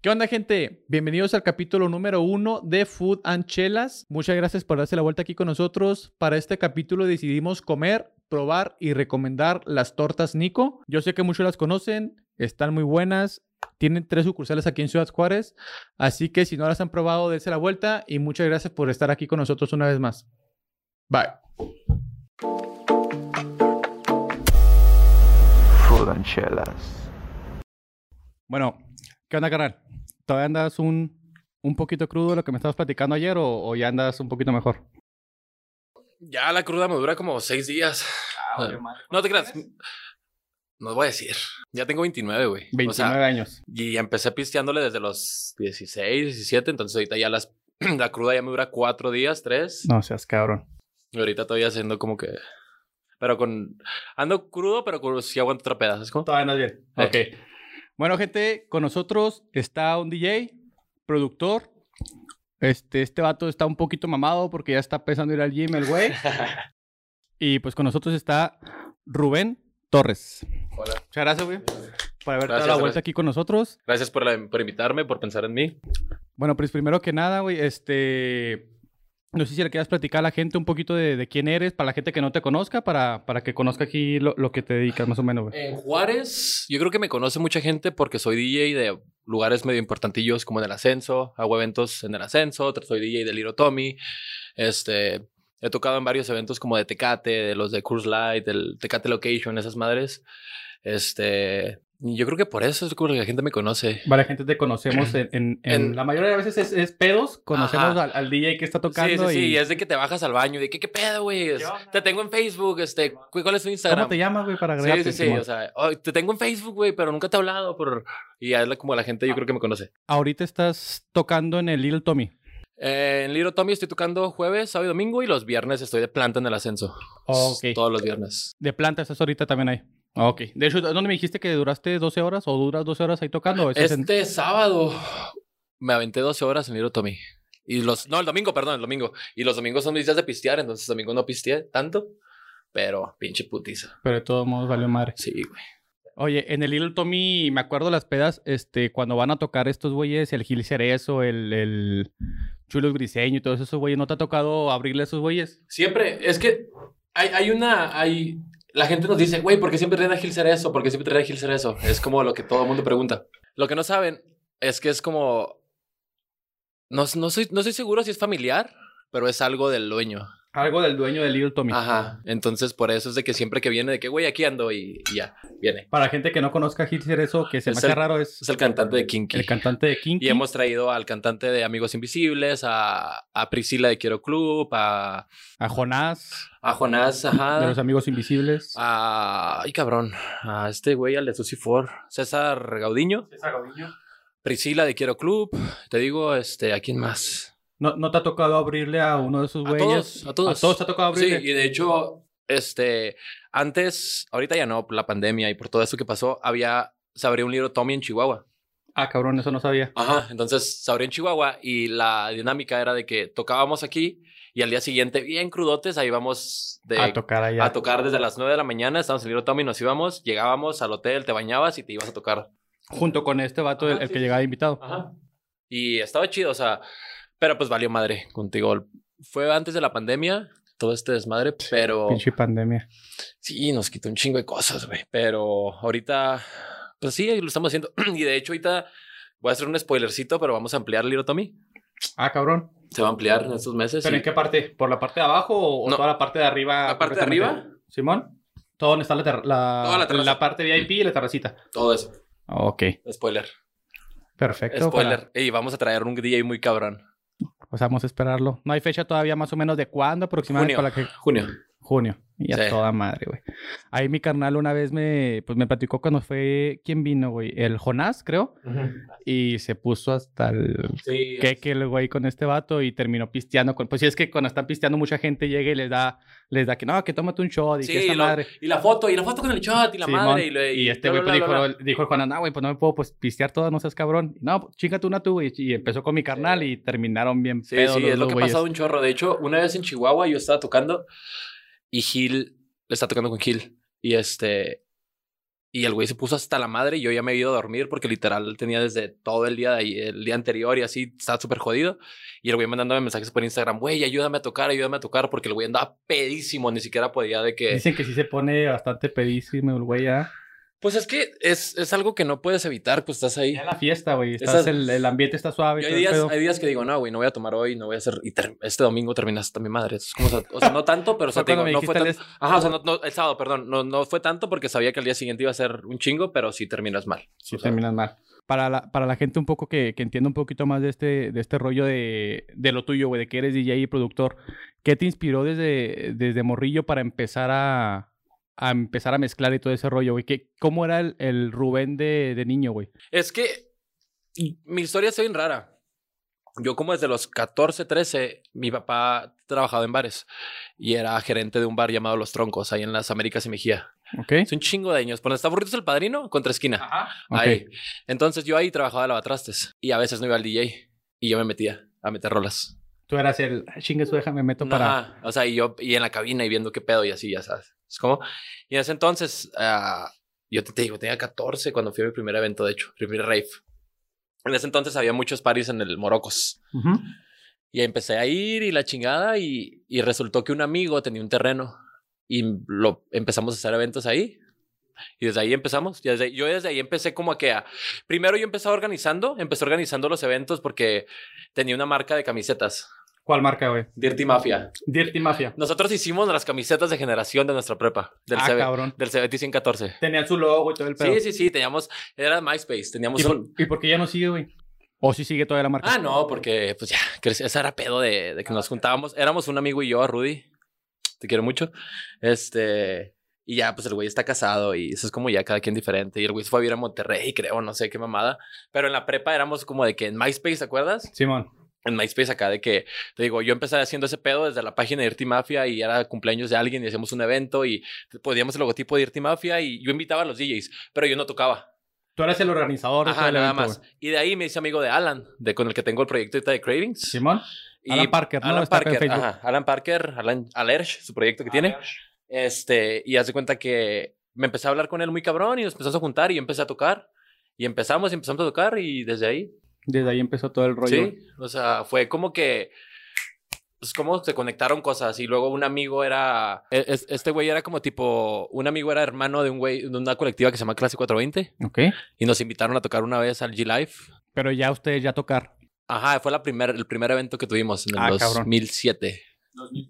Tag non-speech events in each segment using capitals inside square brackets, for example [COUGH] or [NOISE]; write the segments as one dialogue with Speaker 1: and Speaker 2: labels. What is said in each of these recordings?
Speaker 1: ¿Qué onda, gente? Bienvenidos al capítulo número uno de Food and Chelas. Muchas gracias por darse la vuelta aquí con nosotros. Para este capítulo decidimos comer, probar y recomendar las tortas Nico. Yo sé que muchos las conocen, están muy buenas. Tienen tres sucursales aquí en Ciudad Juárez. Así que si no las han probado, dense la vuelta y muchas gracias por estar aquí con nosotros una vez más. Bye.
Speaker 2: Food and chelas.
Speaker 3: Bueno, ¿qué onda, carnal? ¿Todavía andas un, un poquito crudo de lo que me estabas platicando ayer o, o ya andas un poquito mejor?
Speaker 4: Ya la cruda me dura como seis días. Ah, no te creas. No voy a decir. Ya tengo 29, güey.
Speaker 3: 29
Speaker 4: O sea,
Speaker 3: años.
Speaker 4: y empecé pisteándole desde los 16, 17. Entonces ahorita ya las, [CLEARS THROAT] la cruda ya me dura cuatro días, tres.
Speaker 3: No seas cabrón.
Speaker 4: Y ahorita estoy haciendo como que. Pero con. Ando crudo, pero con, sí aguanto otra pedazo. ¿sabes cómo?
Speaker 3: Todavía andas bien.
Speaker 4: Eh.
Speaker 3: Ok. Bueno, gente, con nosotros está un DJ, productor. Este, este vato está un poquito mamado porque ya está pensando ir al gym el [LAUGHS] güey. y pues con nosotros está Rubén Torres.
Speaker 4: Hola.
Speaker 3: Muchas gracias, güey, por haber dado la
Speaker 4: Gracias,
Speaker 3: vuelta
Speaker 4: gracias.
Speaker 3: aquí con nosotros.
Speaker 4: Gracias por, la- por invitarme, por pensar en mí.
Speaker 3: Bueno, pues primero que nada, güey, este... No sé si le quieras platicar a la gente un poquito de, de quién eres, para la gente que no te conozca, para, para que conozca aquí lo, lo que te dedicas más o menos, güey.
Speaker 4: En Juárez, yo creo que me conoce mucha gente porque soy DJ de lugares medio importantillos como en el ascenso, hago eventos en el ascenso, tra- soy DJ de Little Tommy, este, he tocado en varios eventos como de Tecate, de los de Cruise Light, del Tecate Location, esas madres, este, y yo creo que por eso es como que la gente me conoce.
Speaker 3: Para la gente te conocemos en... en- en-
Speaker 4: En-
Speaker 3: La mayoría de veces es, es pedos, conocemos
Speaker 4: Ajá.
Speaker 3: al, al DJ que está
Speaker 4: Sí,
Speaker 3: tocando
Speaker 4: sí, sí,
Speaker 3: y...
Speaker 4: es de que te bajas al baño, de que qué pedo, güey, Es- te tengo en Facebook, este, cu- ¿cuál es tu Instagram?
Speaker 3: ¿Cómo te llamas, güey, para
Speaker 4: Sí,
Speaker 3: agregarte?
Speaker 4: sí, sí,
Speaker 3: Simón?
Speaker 4: o sea, "Ay, te tengo en Facebook, güey, pero nunca te he hablado, por... y es la- como la gente yo creo que me conoce.
Speaker 3: Ahorita estás tocando en el Little Tommy.
Speaker 4: Eh, en Little Tommy estoy tocando jueves, sábado y domingo y los viernes estoy de planta en el ascenso.
Speaker 3: Ok.
Speaker 4: Todos los viernes.
Speaker 3: De planta estás ahorita también ahí. Ok. De hecho, ¿dónde me dijiste que duraste 12 horas o duras 12 horas ahí tocando? ¿O eso Pues es en-
Speaker 4: Este sábado me aventé 12 horas en Little Tommy. Y los, no, el domingo, perdón, el domingo. Y los domingos son mis días de pistear, entonces domingo no pisteé tanto, pero pinche putiza.
Speaker 3: Pero de todos modos valió madre.
Speaker 4: Sí, güey.
Speaker 3: Oye, en el Little Tommy, me acuerdo las pedas, este, cuando van a tocar estos güeyes, el Gil Cerezo, el, el Chulos Griseño y todos esos güeyes, ¿no te ha tocado abrirle a esos güeyes?
Speaker 4: Siempre, es que hay, hay una, hay, la gente nos dice, güey, ¿por qué siempre traen a Gil Cerezo? ¿Por qué siempre traen a Gil Cerezo? Es como lo que todo el mundo pregunta. Lo que no saben es que es como, no, no, soy, no soy seguro si es familiar, pero es algo del dueño.
Speaker 3: Algo del dueño del Little Tommy.
Speaker 4: Ajá. Entonces, por eso es de que siempre que viene, de que, güey, aquí ando y, y ya, viene.
Speaker 3: Para gente que no conozca a Gil Cerezo, que se
Speaker 4: Es
Speaker 3: me hace
Speaker 4: el-
Speaker 3: raro, es
Speaker 4: Es el cantante de Kinky.
Speaker 3: el cantante de Kinky.
Speaker 4: y hemos traído al cantante de Amigos Invisibles, a, a Priscila de Quiero Club, a,
Speaker 3: A Jonás,
Speaker 4: a Jonás,
Speaker 3: de
Speaker 4: ajá.
Speaker 3: los Amigos Invisibles.
Speaker 4: Ah. a- ay, cabrón. A este güey, al de Susi Ford. César Gaudiño. Priscila de Quiero Club. Te digo, este, ¿a quién más?
Speaker 3: ¿No, ¿No te ha tocado abrirle a uno de esos
Speaker 4: A
Speaker 3: güeyes?
Speaker 4: todos, a todos.
Speaker 3: A todos te ha tocado
Speaker 4: Sí,
Speaker 3: abrirle.
Speaker 4: y de hecho, este, antes, ahorita ya no, por la pandemia y por todo eso que pasó, había, se abrió un libro Tommy en Chihuahua.
Speaker 3: Ah, cabrón, eso no sabía.
Speaker 4: Ajá, entonces se abrió en Chihuahua y la dinámica era de que tocábamos aquí y al día siguiente, bien crudotes, ahí íbamos de,
Speaker 3: a tocar allá.
Speaker 4: a tocar desde las 9 de la mañana, estábamos en Little Tommy, nos íbamos, llegábamos al hotel, te bañabas y te ibas a tocar.
Speaker 3: Junto con este vato, el,
Speaker 4: Ajá,
Speaker 3: el
Speaker 4: Ah, sí,
Speaker 3: que
Speaker 4: sí.
Speaker 3: llegaba invitado.
Speaker 4: Ajá. Y estaba chido, o sea, pero pues valió madre contigo. Fue antes de la pandemia, todo este desmadre, pero...
Speaker 3: Pinche pandemia.
Speaker 4: Sí, nos quitó un chingo de cosas, güey. Pero ahorita, pues sí, lo estamos haciendo. [CLEARS THROAT] y de hecho, ahorita voy a hacer un spoilercito, pero vamos a ampliar Little Tommy.
Speaker 3: Ah, cabrón.
Speaker 4: Se va a ampliar en estos meses.
Speaker 3: ¿Pero
Speaker 4: y-
Speaker 3: en qué parte? ¿Por la parte de abajo o o
Speaker 4: No.
Speaker 3: toda la parte de arriba?
Speaker 4: ¿La parte de
Speaker 3: completamente?
Speaker 4: arriba?
Speaker 3: Simón. Todo donde está la, ter- la,
Speaker 4: Toda la terraza.
Speaker 3: parte VIP y la terracita.
Speaker 4: Todo eso.
Speaker 3: Ok,
Speaker 4: Spoiler.
Speaker 3: perfecto.
Speaker 4: Spoiler. Y vamos a traer un DJ muy cabrón.
Speaker 3: Para- pues vamos a esperarlo. No hay fecha todavía más o menos de cuándo aproximadamente
Speaker 4: Junio.
Speaker 3: para que...
Speaker 4: Junio.
Speaker 3: Junio. Y a
Speaker 4: Sí.
Speaker 3: toda madre, güey. Ahí mi carnal una vez me, pues me platicó cuando fue... ¿Quién vino, güey? El Jonás, creo. Y se puso hasta el...
Speaker 4: Sí.
Speaker 3: Que, que el güey con este vato y terminó pisteando con... Pues sí, es que cuando están pisteando mucha gente llega y les da... Les da que no, que tómate un shot y
Speaker 4: Sí,
Speaker 3: que esta
Speaker 4: y, lo-
Speaker 3: madre...
Speaker 4: y la foto, y la foto con el shot, y la
Speaker 3: Simón,
Speaker 4: madre. Y, lo-
Speaker 3: y este güey
Speaker 4: bla,
Speaker 3: pues,
Speaker 4: bla,
Speaker 3: dijo,
Speaker 4: bla, bla.
Speaker 3: dijo el Juan, no, güey, pues no me puedo pues, pistear todas, no seas cabrón. No, pues, chinga tú una tú, güey. Y empezó con mi carnal y terminaron bien
Speaker 4: Sí,
Speaker 3: pedos
Speaker 4: sí,
Speaker 3: los
Speaker 4: es lo
Speaker 3: dos
Speaker 4: que ha
Speaker 3: güeyes.
Speaker 4: pasado un chorro. De hecho, una vez en Chihuahua yo estaba tocando y Gil le estaba tocando con Gil. Y este. Y el güey se puso hasta la madre y yo ya me he ido a dormir porque literal tenía desde todo el día de ahí, el día anterior y así estaba súper jodido. Y el güey mandándome mensajes por Instagram, güey, ayúdame a tocar, ayúdame a tocar porque el güey andaba pedísimo, ni siquiera podía de que...
Speaker 3: Dicen que sí se pone bastante pedísimo el güey ¿ah? ya.
Speaker 4: Pues es que es, es algo que no puedes evitar, pues estás ahí.
Speaker 3: Ya la fiesta, güey. Estás,
Speaker 4: Esas-
Speaker 3: el, el ambiente está suave. todo
Speaker 4: Yo hay,
Speaker 3: el
Speaker 4: días,
Speaker 3: pedo.
Speaker 4: hay días que digo, no, güey, no voy a tomar hoy, no voy a hacer. Y ter- este domingo terminas hasta mi madre. Es como, o sea, o sea, no tanto, pero o sea,
Speaker 3: Fue
Speaker 4: te digo,
Speaker 3: cuando me
Speaker 4: no fue
Speaker 3: dijiste
Speaker 4: tanto.
Speaker 3: el
Speaker 4: Ajá, o sea, no, no, el sábado, perdón, no, no fue tanto porque sabía que el día siguiente iba a ser un chingo, pero sí terminas mal.
Speaker 3: Sí,
Speaker 4: O sea,
Speaker 3: terminas mal. Para la, para la gente un poco que, que entienda un poquito más de este, de este rollo de, de lo tuyo, güey, de que eres DJ y productor, ¿qué te inspiró desde, desde Morrillo para empezar a, a empezar a mezclar y todo ese rollo, güey? ¿Qué- ¿Cómo era el, el Rubén de, de niño, güey?
Speaker 4: Es que y- mi historia es bien rara. Yo como desde los 14, 13, mi papá trabajaba en bares y era gerente de un bar llamado Los Troncos, ahí en las Américas y Mejía.
Speaker 3: ¿Ok?
Speaker 4: Es un chingo de años. Por donde está Burritos el Padrino, contra esquina.
Speaker 3: Ah, Ok.
Speaker 4: Ahí. Entonces yo ahí trabajaba de lavatrastes y a veces no iba al DJ y yo me metía a meter rolas.
Speaker 3: Tú eras el, "Ah, chingue su deja, me meto para...
Speaker 4: Ajá. O sea, y yo y en la cabina y viendo qué pedo y así, ya sabes. Es como. Y en ese entonces, ah, yo te, te digo, tenía 14 cuando fui a mi primer evento, de hecho, primer rave. En ese entonces había muchos parties en el Morocos.
Speaker 3: Ujú.
Speaker 4: Y empecé a ir y la chingada y, y resultó que un amigo tenía un terreno y lo empezamos a hacer eventos ahí. Y desde ahí empezamos. Y desde- yo desde ahí empecé como a que... a- primero yo empecé organizando, empecé organizando los eventos porque tenía una marca de camisetas,
Speaker 3: ¿Cuál marca, güey?
Speaker 4: Dirty Mafia.
Speaker 3: Dirty Mafia.
Speaker 4: Nosotros hicimos las camisetas de generación de nuestra prepa, del,
Speaker 3: ah,
Speaker 4: CB,
Speaker 3: cabrón.
Speaker 4: del CBT 114.
Speaker 3: Tenían su logo y todo el pedo.
Speaker 4: Sí, sí, sí, teníamos... Era MySpace, teníamos
Speaker 3: ¿Y, por,
Speaker 4: un...
Speaker 3: ¿Y por qué ya no sigue, güey? ¿O si sigue todavía la marca?
Speaker 4: Ah, no, porque pues ya, crecí- ese era pedo de,
Speaker 3: Ah,
Speaker 4: de que nos juntábamos. Éramos un amigo y yo, Rudy. Te quiero mucho. Este. Y ya, pues el güey está casado y eso es como ya cada quien diferente. Y el güey se fue a vivir a Monterrey, creo, no sé qué mamada. Pero en la prepa éramos como de que en MySpace, ¿te acuerdas?
Speaker 3: Simón.
Speaker 4: En MySpace acá de que, te digo, yo empecé haciendo ese pedo desde la página de Dirty Mafia y era cumpleaños de alguien y hacíamos un evento y podíamos el logotipo de Dirty Mafia y yo invitaba a los DJs, pero yo no tocaba.
Speaker 3: Tú eras el organizador. de todo
Speaker 4: Ajá,
Speaker 3: el
Speaker 4: nada
Speaker 3: evento,
Speaker 4: más.
Speaker 3: güey.
Speaker 4: Y de ahí me hice amigo de Alan, de con el que tengo el proyecto ahorita de Cravings.
Speaker 3: Simón.
Speaker 4: Y
Speaker 3: Alan Parker, ¿no?
Speaker 4: Alan
Speaker 3: Está acá en
Speaker 4: Parker,
Speaker 3: Facebook.
Speaker 4: ajá, Alan Parker, Alan Alersh, su proyecto que tiene. Este, y hace cuenta que me empecé a hablar con él muy cabrón y nos empezamos a juntar y yo empecé a tocar. Y empezamos y empezamos a tocar y desde ahí.
Speaker 3: Desde ahí empezó todo el rollo.
Speaker 4: Sí, o sea, fue como que. Pues como se conectaron cosas y luego un amigo era... e- es- Este güey era como tipo... Un amigo era hermano de un güey, de una colectiva que se llama Clase 420
Speaker 3: Ok.
Speaker 4: y nos invitaron a tocar una vez al G-Life.
Speaker 3: Pero ya ustedes ya tocar.
Speaker 4: Ajá, fue la primer, el primer evento que tuvimos en el
Speaker 3: Ah, cabrón.
Speaker 4: 2007.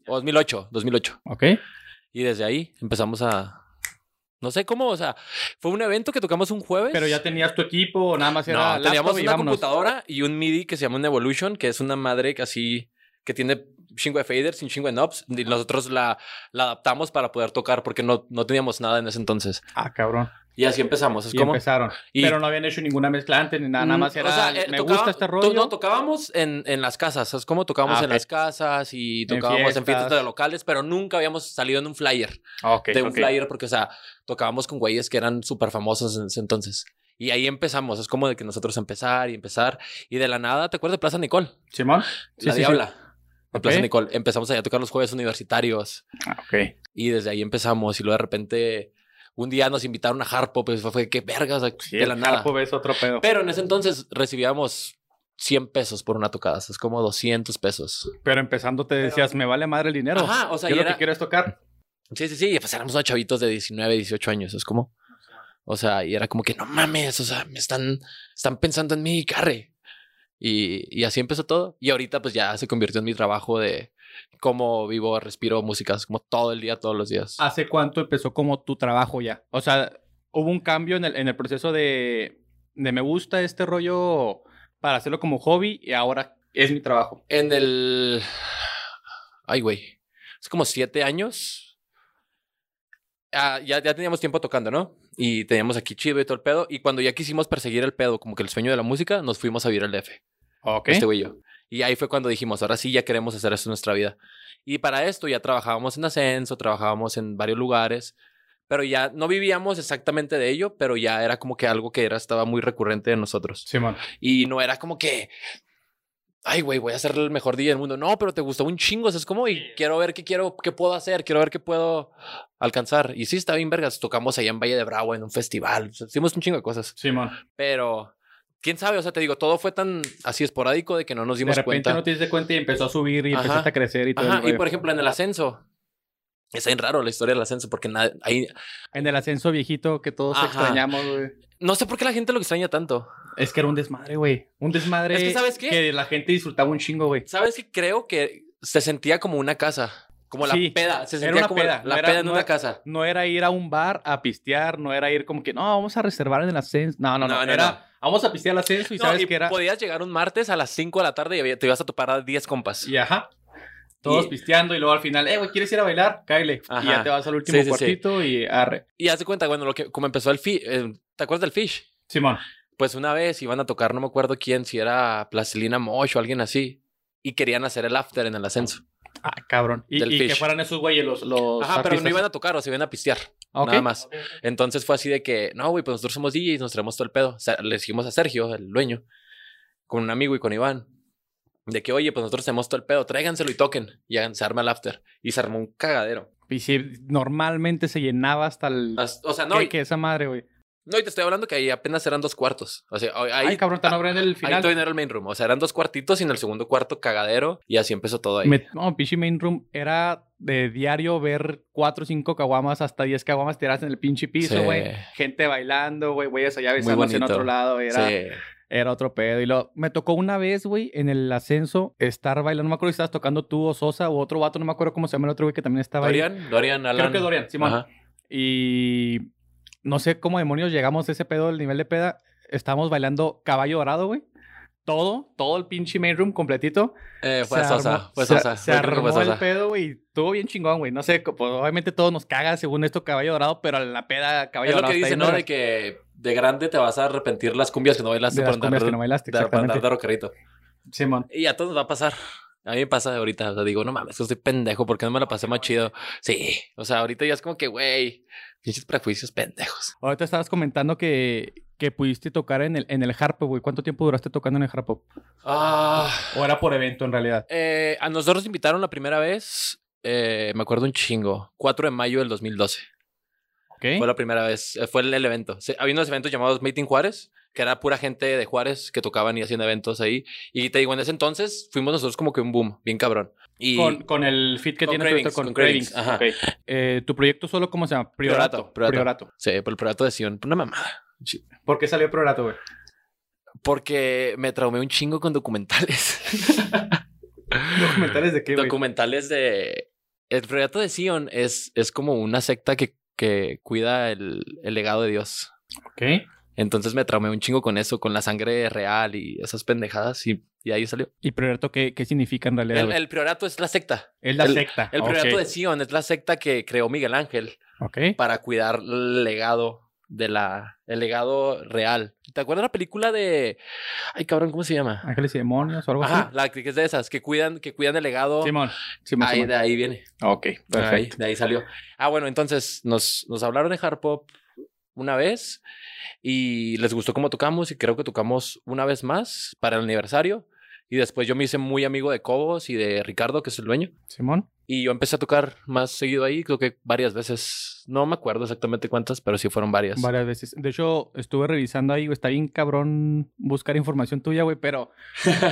Speaker 4: 2008, 2008.
Speaker 3: Ok.
Speaker 4: Pues Y desde ahí empezamos a. No sé cómo, o sea, fue un evento que tocamos un jueves.
Speaker 3: Pero ya tenías tu equipo, nada más era. laptop
Speaker 4: No, teníamos
Speaker 3: y
Speaker 4: una
Speaker 3: vámonos.
Speaker 4: computadora y un MIDI que se llama un Evolution, que es una madre que así. que tiene un chingo de faders y un chingo de knobs. Y nosotros la, la adaptamos para poder tocar porque no, no teníamos nada en ese entonces.
Speaker 3: Ah, cabrón.
Speaker 4: Y así empezamos. Es
Speaker 3: Y
Speaker 4: como.
Speaker 3: empezaron.
Speaker 4: y-
Speaker 3: Pero no habían hecho ninguna mezcla antes ni nada. Nada
Speaker 4: Mm,
Speaker 3: más era.
Speaker 4: o sea, eh,
Speaker 3: me
Speaker 4: tocaba-
Speaker 3: gusta este
Speaker 4: to-
Speaker 3: rollo.
Speaker 4: No, tocábamos en, en las casas. Es como tocábamos
Speaker 3: Ah,
Speaker 4: en
Speaker 3: ok.
Speaker 4: las casas y tocábamos en fiestas.
Speaker 3: fiestas. Ah,
Speaker 4: de locales, pero nunca habíamos salido en un flyer.
Speaker 3: Ok,
Speaker 4: de un
Speaker 3: ok.
Speaker 4: flyer, porque, o sea, tocábamos con güeyes que eran súper famosos en ese entonces. Y ahí empezamos. Es como de que nosotros empezar y empezar. Y de la nada, ¿te acuerdas de Plaza Nicole?
Speaker 3: Simón.
Speaker 4: la Diabla. De Plaza
Speaker 3: Ok.
Speaker 4: Nicole. Empezamos allá a tocar los jueves universitarios.
Speaker 3: Ah, ok.
Speaker 4: Y desde ahí empezamos. Y luego de repente, un día nos invitaron a Harpo. Pues fue, fue que verga, o sea, de la nada.
Speaker 3: ves otro pedo.
Speaker 4: Pero en ese entonces recibíamos 100 pesos por una tocada, o sea, es como 200 pesos.
Speaker 3: Pero empezando te decías, me vale madre el dinero.
Speaker 4: Ajá, o sea,
Speaker 3: Yo
Speaker 4: y
Speaker 3: lo
Speaker 4: era-
Speaker 3: que quiero es tocar.
Speaker 4: Sí, sí, sí, y pues éramos unos chavitos de 19, 18 años, es como... O sea, y era como que no mames, o sea, me están, están pensando en mí, carre. Y, y así empezó todo. Y ahorita pues ya se convirtió en mi trabajo de cómo vivo, respiro música, es como todo el día, todos los días.
Speaker 3: ¿Hace cuánto empezó como tu trabajo ya? O sea, hubo un cambio en el, en el proceso de, de me gusta este rollo para hacerlo como hobby y ahora es mi trabajo.
Speaker 4: En el... Ay, güey. Es como siete años. Ah, ya, ya teníamos tiempo tocando, ¿no? Y teníamos aquí chido y todo el pedo. Y cuando ya quisimos perseguir el pedo, como que el sueño de la música, nos fuimos a vivir al DF.
Speaker 3: Ok.
Speaker 4: Este güey y yo. Y ahí fue cuando dijimos, ahora sí ya queremos hacer esto en nuestra vida. Y para esto ya trabajábamos en ascenso, trabajábamos en varios lugares. Pero ya no vivíamos exactamente de ello, pero ya era como que algo que era, estaba muy recurrente de nosotros.
Speaker 3: Simón.
Speaker 4: Y no era como que ay, güey, voy a ser el mejor día del mundo. No, pero te gustó un chingo. o sea, es como, y quiero ver qué quiero, qué puedo hacer, quiero ver qué puedo alcanzar. Y sí, está bien, vergas. Tocamos allá en Valle de Bravo en un festival. o sea, Hicimos un chingo de cosas.
Speaker 3: Simón.
Speaker 4: Pero quién sabe, o sea, te digo, todo fue tan así esporádico de que no nos
Speaker 3: De
Speaker 4: dimos
Speaker 3: repente
Speaker 4: cuenta.
Speaker 3: no te diste cuenta y empezó a subir y
Speaker 4: Ajá.
Speaker 3: empezaste a crecer y todo.
Speaker 4: Ajá,
Speaker 3: el
Speaker 4: y
Speaker 3: rollo.
Speaker 4: por ejemplo, en el ascenso. Es bien raro la historia del ascenso porque na- ahí
Speaker 3: En el ascenso viejito que todos
Speaker 4: Ajá.
Speaker 3: extrañamos, güey.
Speaker 4: no sé por qué la gente lo extraña tanto.
Speaker 3: Es que era un desmadre, güey. Un desmadre
Speaker 4: Es que, ¿sabes qué?
Speaker 3: que la gente disfrutaba un chingo, güey.
Speaker 4: ¿Sabes que Creo que se sentía como una casa, como
Speaker 3: Sí,
Speaker 4: la peda, se
Speaker 3: era
Speaker 4: sentía
Speaker 3: una
Speaker 4: como
Speaker 3: peda,
Speaker 4: la
Speaker 3: no era-
Speaker 4: peda en
Speaker 3: no
Speaker 4: una
Speaker 3: era-
Speaker 4: casa.
Speaker 3: No era ir a un bar a pistear, no era ir como que, no, vamos a reservar en el ascenso. No, no, no.
Speaker 4: No, no,
Speaker 3: era,
Speaker 4: no.
Speaker 3: vamos a pistear al ascenso y
Speaker 4: No,
Speaker 3: sabes
Speaker 4: y
Speaker 3: que era.
Speaker 4: podías llegar un martes a las 5 de la tarde y había- te ibas a topar a 10 compas.
Speaker 3: Y ajá. Todos
Speaker 4: Y-
Speaker 3: pisteando y luego al final, eh, güey, ¿quieres ir a bailar? Cáele. Y ya
Speaker 4: Ajá.
Speaker 3: te vas al último
Speaker 4: Sí, sí, sí.
Speaker 3: cuartito y arre.
Speaker 4: Y haz de cuenta, bueno, lo que, como empezó el Fish, ¿te acuerdas del Fish?
Speaker 3: Simón.
Speaker 4: Pues una vez iban a tocar, no me acuerdo quién, si era Plastilina Mosh o alguien así, y querían hacer el after en el ascenso.
Speaker 3: Ah, cabrón. Y,
Speaker 4: Del
Speaker 3: y que
Speaker 4: Fish.
Speaker 3: fueran esos güeyes los, los
Speaker 4: Ajá, pero pues no
Speaker 3: artistas.
Speaker 4: iban a tocar, o se iban a pistear,
Speaker 3: Ah, ok.
Speaker 4: nada más. Entonces fue así de que, no, güey, pues nosotros somos DJs, nos traemos todo el pedo. O sea, le dijimos a Sergio, el dueño, con un amigo y con Iván, de que, oye, pues nosotros tenemos todo el pedo, tráiganselo y toquen, y hagan- se arma el after. Y se armó un cagadero.
Speaker 3: Y si normalmente se llenaba hasta el...
Speaker 4: As- O sea, no,
Speaker 3: No,
Speaker 4: y,
Speaker 3: que esa madre, güey.
Speaker 4: no, y te estoy hablando que ahí apenas eran dos cuartos. O sea, ahí,
Speaker 3: Ay, cabrón, tan abren el
Speaker 4: Ahí
Speaker 3: final.
Speaker 4: todavía no era el main room. O sea, eran dos cuartitos y en el segundo cuarto cagadero. Y así empezó todo ahí.
Speaker 3: Me- no, pinche main room era de diario ver cuatro o cinco caguamas, hasta 10 caguamas tiradas en el pinche piso,
Speaker 4: Sí.
Speaker 3: güey. Gente bailando, güey, güeyes allá besándose en
Speaker 4: bonito.
Speaker 3: otro lado. Era,
Speaker 4: Sí.
Speaker 3: era otro pedo. Y lo, me tocó una vez, güey, en el ascenso estar bailando. No me acuerdo si estabas tocando tú o Sosa o otro vato, no me acuerdo cómo se llama el otro güey que también estaba ahí.
Speaker 4: Dorian, Dorian, Alan.
Speaker 3: Creo que Dorian, Simón.
Speaker 4: Ajá.
Speaker 3: Y no sé cómo demonios llegamos a ese pedo, el nivel de peda. Estábamos bailando Caballo Dorado, güey. Todo, todo el pinche main room completito.
Speaker 4: Eh, fue
Speaker 3: Se
Speaker 4: Sosa.
Speaker 3: armó-
Speaker 4: fue
Speaker 3: se-
Speaker 4: Sosa.
Speaker 3: Se
Speaker 4: Yo creo que
Speaker 3: armó
Speaker 4: fue
Speaker 3: el
Speaker 4: Sosa.
Speaker 3: pedo, güey. y Estuvo bien chingón, güey. No sé, co- pues, obviamente todos nos caga según esto Caballo Dorado, pero la peda Caballo
Speaker 4: Es lo
Speaker 3: Dorado
Speaker 4: que
Speaker 3: está
Speaker 4: dice,
Speaker 3: bien
Speaker 4: ¿no?
Speaker 3: verga.
Speaker 4: De que de grande te vas a arrepentir las cumbias que no bailaste
Speaker 3: de
Speaker 4: por
Speaker 3: las
Speaker 4: andar
Speaker 3: cumbias que
Speaker 4: de-
Speaker 3: no bailaste,
Speaker 4: de- por andar
Speaker 3: exactamente.
Speaker 4: de roquerito.
Speaker 3: Simón.
Speaker 4: Y a todos nos va a pasar. A mí me pasa ahorita, o sea, digo, no mames, que estoy pendejo, porque no me la pasé más chido? Sí, o sea, ahorita ya es como que, güey, pinches prejuicios pendejos.
Speaker 3: Ahorita estabas comentando que, que pudiste tocar en el, en el Harpo, güey. ¿Cuánto tiempo duraste tocando en el Harpo?
Speaker 4: Ah,
Speaker 3: O era por evento, en realidad.
Speaker 4: Eh, a nosotros invitaron la primera vez, eh, me acuerdo un chingo, 4 de mayo del 2012.
Speaker 3: ¿Ok?
Speaker 4: Fue la primera vez, eh, fue el, el evento. Se- había unos eventos llamados Meeting Juárez, que era pura gente de Juárez que tocaban y hacían eventos ahí. Y te digo, en ese entonces fuimos nosotros como que un boom, bien cabrón. Y
Speaker 3: Con, con el fit que
Speaker 4: Con
Speaker 3: tiene
Speaker 4: Cravings,
Speaker 3: con,
Speaker 4: con
Speaker 3: Cravings.
Speaker 4: Cravings, ajá.
Speaker 3: ok. Eh, ¿Tu proyecto solo cómo se llama? Priorato.
Speaker 4: Priorato, Priorato.
Speaker 3: Priorato.
Speaker 4: sí, por el proyecto de Sion, una mamada.
Speaker 3: ¿Por qué salió Priorato,
Speaker 4: [LAUGHS]
Speaker 3: güey?
Speaker 4: Porque me traumé un chingo con documentales.
Speaker 3: ¿Documentales
Speaker 4: [LAUGHS]
Speaker 3: de qué, güey?
Speaker 4: documentales de. El proyecto de Sion es, es como una secta que, que cuida el, el legado de Dios.
Speaker 3: Ok.
Speaker 4: Entonces me traumé un chingo con eso, con la sangre real y esas pendejadas y, y ahí salió.
Speaker 3: ¿Y Priorato qué, qué significa en realidad,
Speaker 4: El,
Speaker 3: güey?
Speaker 4: el priorato es la secta.
Speaker 3: Es la
Speaker 4: el-
Speaker 3: secta.
Speaker 4: El
Speaker 3: Ok.
Speaker 4: priorato de Sion es la secta que creó Miguel Ángel
Speaker 3: Ok.
Speaker 4: para cuidar el legado de la el legado real. ¿Te acuerdas la película de ay cabrón, ¿cómo se llama?
Speaker 3: Ángeles y demonios o algo
Speaker 4: Ajá,
Speaker 3: así.
Speaker 4: la que es de esas que cuidan que cuidan el legado.
Speaker 3: Simón. Simón.
Speaker 4: Ahí,
Speaker 3: Simón.
Speaker 4: de ahí viene.
Speaker 3: Ok, perfecto.
Speaker 4: Ahí, de ahí salió. Ah, bueno, entonces nos, nos hablaron de hard pop una vez y les gustó cómo tocamos y creo que tocamos una vez más para el aniversario. Y después yo me hice muy amigo de Cobos y de Ricardo, que es el dueño.
Speaker 3: Simón.
Speaker 4: Y yo empecé a tocar más seguido ahí, creo que varias veces. No me acuerdo exactamente cuántas, pero sí fueron varias.
Speaker 3: Varias veces. De hecho, estuve revisando ahí, güey. Está bien cabrón buscar información tuya, güey,
Speaker 4: [LAUGHS]
Speaker 3: pero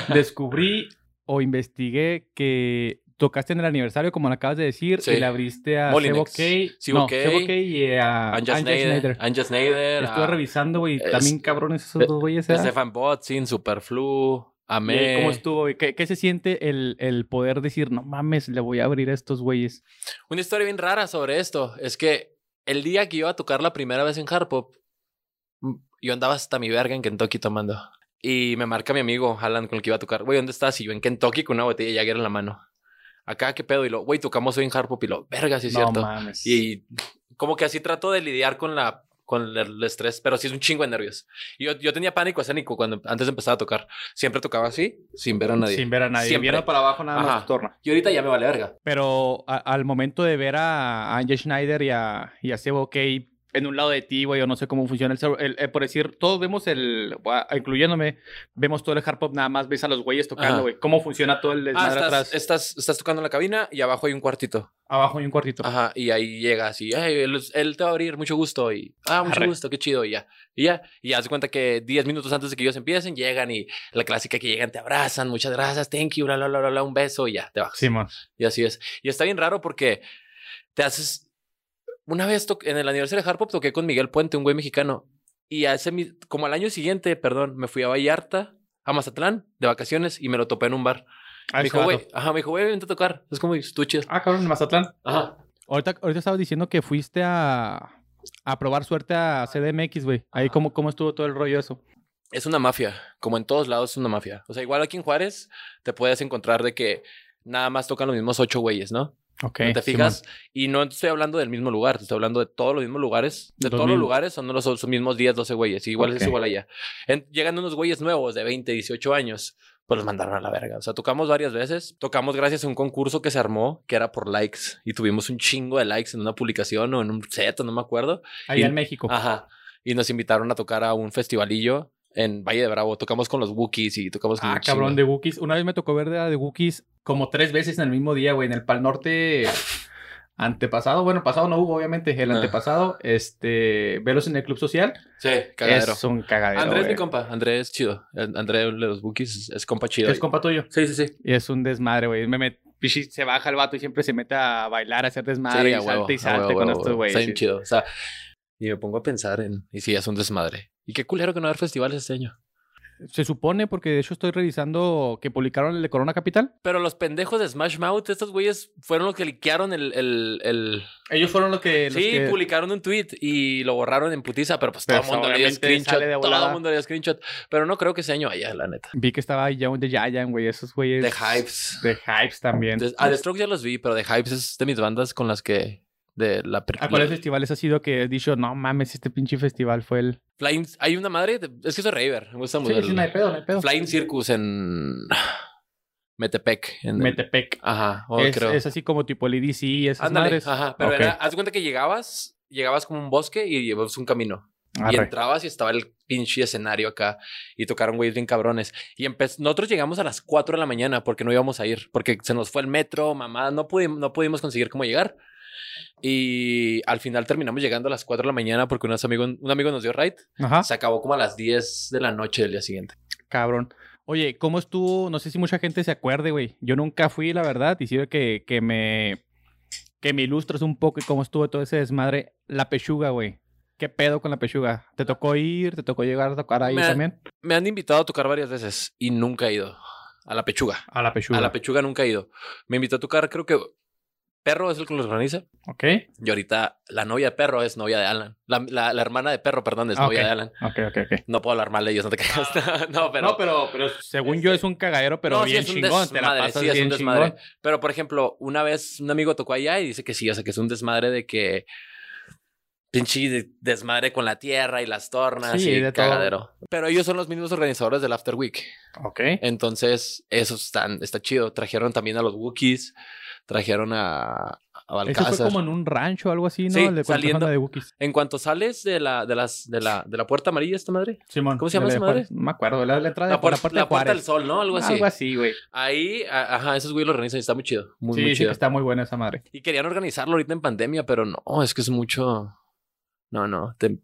Speaker 3: descubrí o investigué que tocaste en el aniversario, como lo acabas de decir,
Speaker 4: Sí.
Speaker 3: y le abriste a Sebo
Speaker 4: Molinex.
Speaker 3: Kay.
Speaker 4: Sebo
Speaker 3: no,
Speaker 4: Kay.
Speaker 3: Sebo Kay y a
Speaker 4: Anja
Speaker 3: Anja
Speaker 4: Snyder.
Speaker 3: Schneider.
Speaker 4: Anja Snyder.
Speaker 3: Estuve
Speaker 4: a-
Speaker 3: revisando, güey.
Speaker 4: es-
Speaker 3: También cabrones esos
Speaker 4: eh,
Speaker 3: dos güeyes. ¿eh?
Speaker 4: a Stefan Botzin, Superflu,
Speaker 3: Eh,
Speaker 4: Amé.
Speaker 3: ¿Cómo estuvo? güey? ¿Qué, qué se siente el, el poder decir, no mames, le voy a abrir a estos güeyes?
Speaker 4: Una historia bien rara sobre esto es que el día que iba a tocar la primera vez en Hard Pop, mm, yo andaba hasta mi verga en Kentucky tomando. Y me marca mi amigo Alan con el que iba a tocar. Güey, ¿dónde estás? Y yo en Kentucky con una botella de Jagger en la mano. Acá, ¿qué pedo? Y lo, güey, tocamos hoy en Hard Pop. Y lo, verga, sí es
Speaker 3: no
Speaker 4: cierto.
Speaker 3: mames.
Speaker 4: Y como que así trato de lidiar con la con el estrés, pero sí es un chingo de nervios. Y Yo, yo tenía pánico escénico cuando antes de empezar a tocar. Siempre tocaba así, sin ver a nadie.
Speaker 3: Sin ver a nadie.
Speaker 4: Siempre.
Speaker 3: Viendo para abajo nada más
Speaker 4: Ajá.
Speaker 3: tu torna.
Speaker 4: Y ahorita ya me vale verga.
Speaker 3: Pero a- al momento de ver a Anja Schneider y a, y a Sebo Kay en un lado de ti, güey, o no sé cómo funciona el, ser- el- eh, Por decir, todos vemos el. gua- Incluyéndome, vemos todo el hard pop, nada más ves a los güeyes tocando,
Speaker 4: Ajá.
Speaker 3: güey. ¿Cómo funciona todo el
Speaker 4: Ah,
Speaker 3: desmadre
Speaker 4: estás,
Speaker 3: atrás?
Speaker 4: estás, estás tocando en la cabina y abajo hay un cuartito.
Speaker 3: Abajo hay un cuartito.
Speaker 4: Ajá, y ahí llegas y "Hey, él, él te va a abrir, mucho gusto. Y, ah, mucho
Speaker 3: Arre.
Speaker 4: gusto, qué chido. Y ya, y ya, y ya se cuenta que 10 minutos antes de que ellos empiecen, llegan y la clásica que llegan, te abrazan, muchas gracias, thank you, bla, bla, bla, bla, bla, un beso y ya, te bajas.
Speaker 3: Sí, man.
Speaker 4: Y así es. Y está bien raro porque te haces. Una vez toc- en el aniversario de Harpop toqué con Miguel Puente, un güey mexicano. Y a ese mi- como al año siguiente, perdón, me fui a Vallarta, a Mazatlán, de vacaciones, y me lo topé en un bar.
Speaker 3: Ah,
Speaker 4: me
Speaker 3: ese
Speaker 4: dijo,
Speaker 3: vato.
Speaker 4: güey, ajá, me dijo, güey, vente a tocar. Es como estuches.
Speaker 3: Ah, cabrón, en Mazatlán.
Speaker 4: Ajá.
Speaker 1: Ahorita, ahorita estabas diciendo que fuiste a, a probar suerte a CDMX, güey.
Speaker 4: Ah.
Speaker 1: Ahí cómo, cómo estuvo todo el rollo eso.
Speaker 4: Es una mafia, como en todos lados es una mafia. O sea, igual aquí en Juárez te puedes encontrar de que nada más tocan los mismos ocho güeyes, ¿no?
Speaker 3: Ok.
Speaker 4: ¿No te fijas? Y no estoy hablando del mismo lugar, te estoy hablando de todos los mismos lugares. De
Speaker 3: Los
Speaker 4: todos los
Speaker 3: mismos.
Speaker 4: lugares son los, los mismos 10, 12 güeyes. Igual
Speaker 3: Ok.
Speaker 4: es igual allá. En- llegan unos güeyes nuevos de 20, 18 años, pues los mandaron a la verga. O sea, tocamos varias veces. Tocamos gracias a un concurso que se armó, que era por likes. Y tuvimos un chingo de likes en una publicación o en un set, no me acuerdo.
Speaker 3: Ahí
Speaker 4: Y-
Speaker 3: en México.
Speaker 4: Ajá. Y nos invitaron a tocar a un festivalillo en Valle de Bravo. Tocamos con los Wookiees y tocamos con
Speaker 3: Ah,
Speaker 4: un chingo.
Speaker 3: cabrón, de Wookiees. Una vez me tocó ver de, de Wookiees como tres veces en el mismo día, güey. En el Pal Norte antepasado. Bueno, pasado no hubo, obviamente. El
Speaker 4: Ah.
Speaker 3: antepasado, este... Velos en el Club Social.
Speaker 4: Sí, cagadero.
Speaker 3: Es un cagadero,
Speaker 4: Andrés, mi
Speaker 3: güey.
Speaker 4: compa. Andrés, chido. And- Andrés de los Wookiees es- es compa chido.
Speaker 3: Es compa tuyo.
Speaker 4: Sí, sí, sí.
Speaker 3: Y es un desmadre, güey. Me met- Pichi se baja el vato y siempre se mete a bailar, a hacer desmadre.
Speaker 4: Sí,
Speaker 3: y
Speaker 4: a huevo,
Speaker 3: salta y
Speaker 4: a
Speaker 3: salta
Speaker 4: huevo,
Speaker 3: con
Speaker 4: a
Speaker 3: estos
Speaker 4: huevo. Está
Speaker 3: güeyes.
Speaker 4: bien
Speaker 3: sí.
Speaker 4: chido. O sea, y me pongo a pensar en... Y sí, es un desmadre. Y qué culero que no va a haber festivales este año.
Speaker 1: Se supone, porque de hecho estoy revisando que publicaron el de Corona Capital.
Speaker 4: Pero los pendejos de Smash Mouth, estos güeyes fueron los que liquearon el... el, el-
Speaker 3: Ellos fueron los que... los
Speaker 4: Sí,
Speaker 3: que-
Speaker 4: publicaron un tweet y lo borraron en putiza, pero pues todo
Speaker 3: Pero
Speaker 4: el mundo le dio
Speaker 3: obviamente
Speaker 4: screenshot.
Speaker 3: sale de
Speaker 4: Todo
Speaker 3: volada.
Speaker 4: el mundo le dio screenshot. Pero no creo que ese año haya, la neta.
Speaker 3: Vi que estaba ya un de Giant, güey. Esos güeyes...
Speaker 4: De Hypes.
Speaker 3: De Hypes también.
Speaker 4: De- a The Strokes ya los vi, pero The Hypes es de mis bandas con las que... De la... pri-
Speaker 1: Ah,
Speaker 3: ¿A cuáles festivales ha sido que he dicho, no mames, este pinche festival fue el...
Speaker 4: Flying- Hay una madre... de- es que soy raver. Me gusta mucho. el-
Speaker 3: pedo, no hay pedo.
Speaker 4: Flying Circus en... Metepec. En
Speaker 3: Metepec.
Speaker 4: Ajá, o
Speaker 1: es,
Speaker 4: Oh, creo.
Speaker 1: es así como tipo el EDC y esas
Speaker 4: Ándale, ah,
Speaker 1: madres.
Speaker 4: ajá. Pero
Speaker 3: Ok.
Speaker 4: era- haz de cuenta que llegabas, llegabas como un bosque y llevabas un camino. Y
Speaker 3: Arre.
Speaker 4: entrabas y estaba el pinche escenario acá y tocaron güeyes bien cabrones. Y empe- nosotros llegamos a las 4 de la mañana porque no íbamos a ir, porque se nos fue el metro, mamá, no, pudi- no pudimos conseguir cómo llegar. Y al final terminamos llegando a las 4 de la mañana porque unos amigo, un amigo nos dio ride.
Speaker 3: Ah.
Speaker 1: Ajá.
Speaker 4: Se acabó como a las 10 de la noche del día siguiente.
Speaker 1: Cabrón. Oye, ¿cómo estuvo? No sé si mucha gente se acuerde, güey. Yo nunca fui, la verdad, y sirve que, que me que me ilustres un poco y cómo estuvo todo ese desmadre. La pechuga, güey. ¿Qué pedo con la pechuga? ¿Te tocó ir? ¿Te tocó llegar a tocar ahí
Speaker 4: Me-
Speaker 1: también?
Speaker 4: Me han invitado a tocar varias veces y nunca he ido a la pechuga.
Speaker 1: A la pechuga.
Speaker 4: A la pechuga nunca he ido. Me invitó a tocar, creo que Perro es el que los organiza.
Speaker 1: ok,
Speaker 4: Y ahorita la novia de Perro es novia de Alan. La, la- la hermana de Perro, perdón, es
Speaker 1: Ah,
Speaker 4: novia
Speaker 1: ok.
Speaker 4: de Alan.
Speaker 1: ok, ok, ok.
Speaker 4: No puedo hablar mal de ellos, no te creas. [LAUGHS] no, pero... este
Speaker 3: no, pero, pero
Speaker 1: Según yo es un cagadero, pero
Speaker 4: no, sí
Speaker 1: bien
Speaker 4: es un
Speaker 1: chingón. Te la
Speaker 4: desmadre,
Speaker 1: pasas
Speaker 4: sí es un
Speaker 1: bien
Speaker 4: desmadre.
Speaker 1: chingón.
Speaker 4: Pero, por ejemplo, una vez un amigo tocó allá y dice que sí, o sea, que es un desmadre de que... Pinche de- desmadre con la tierra y las tornas
Speaker 1: Sí,
Speaker 4: y
Speaker 1: de todo.
Speaker 4: cagadero. Pero ellos son los mismos organizadores del After Week.
Speaker 3: Ok.
Speaker 4: Entonces, eso están, está chido. Trajeron también a los Wookiees, trajeron a, a
Speaker 1: Ese
Speaker 4: Balcázar.
Speaker 1: fue como en un rancho o algo así, ¿no?
Speaker 4: Sí,
Speaker 1: El de cuando
Speaker 4: saliendo-
Speaker 1: anda de Wookiees.
Speaker 4: En cuanto sales de la, de las, de la, de la puerta amarilla, esta madre.
Speaker 3: Simón.
Speaker 4: ¿Cómo se llama
Speaker 3: De
Speaker 4: esa
Speaker 3: Juárez.
Speaker 4: madre?
Speaker 3: No me acuerdo. La, la entrada
Speaker 4: La,
Speaker 3: Ah, de
Speaker 4: puerta,
Speaker 3: la puerta
Speaker 4: la
Speaker 3: de
Speaker 4: puerta
Speaker 3: Juárez. Ah,
Speaker 4: del sol, ¿no? Algo así.
Speaker 3: Algo así, güey.
Speaker 4: Ahí, a- ajá, esos güey lo organizan y está muy chido. Muy,
Speaker 3: Sí,
Speaker 4: muy
Speaker 3: sí que
Speaker 4: chido.
Speaker 3: está muy buena esa madre.
Speaker 4: Y querían organizarlo ahorita en pandemia, pero no, es que es mucho. No, no. te-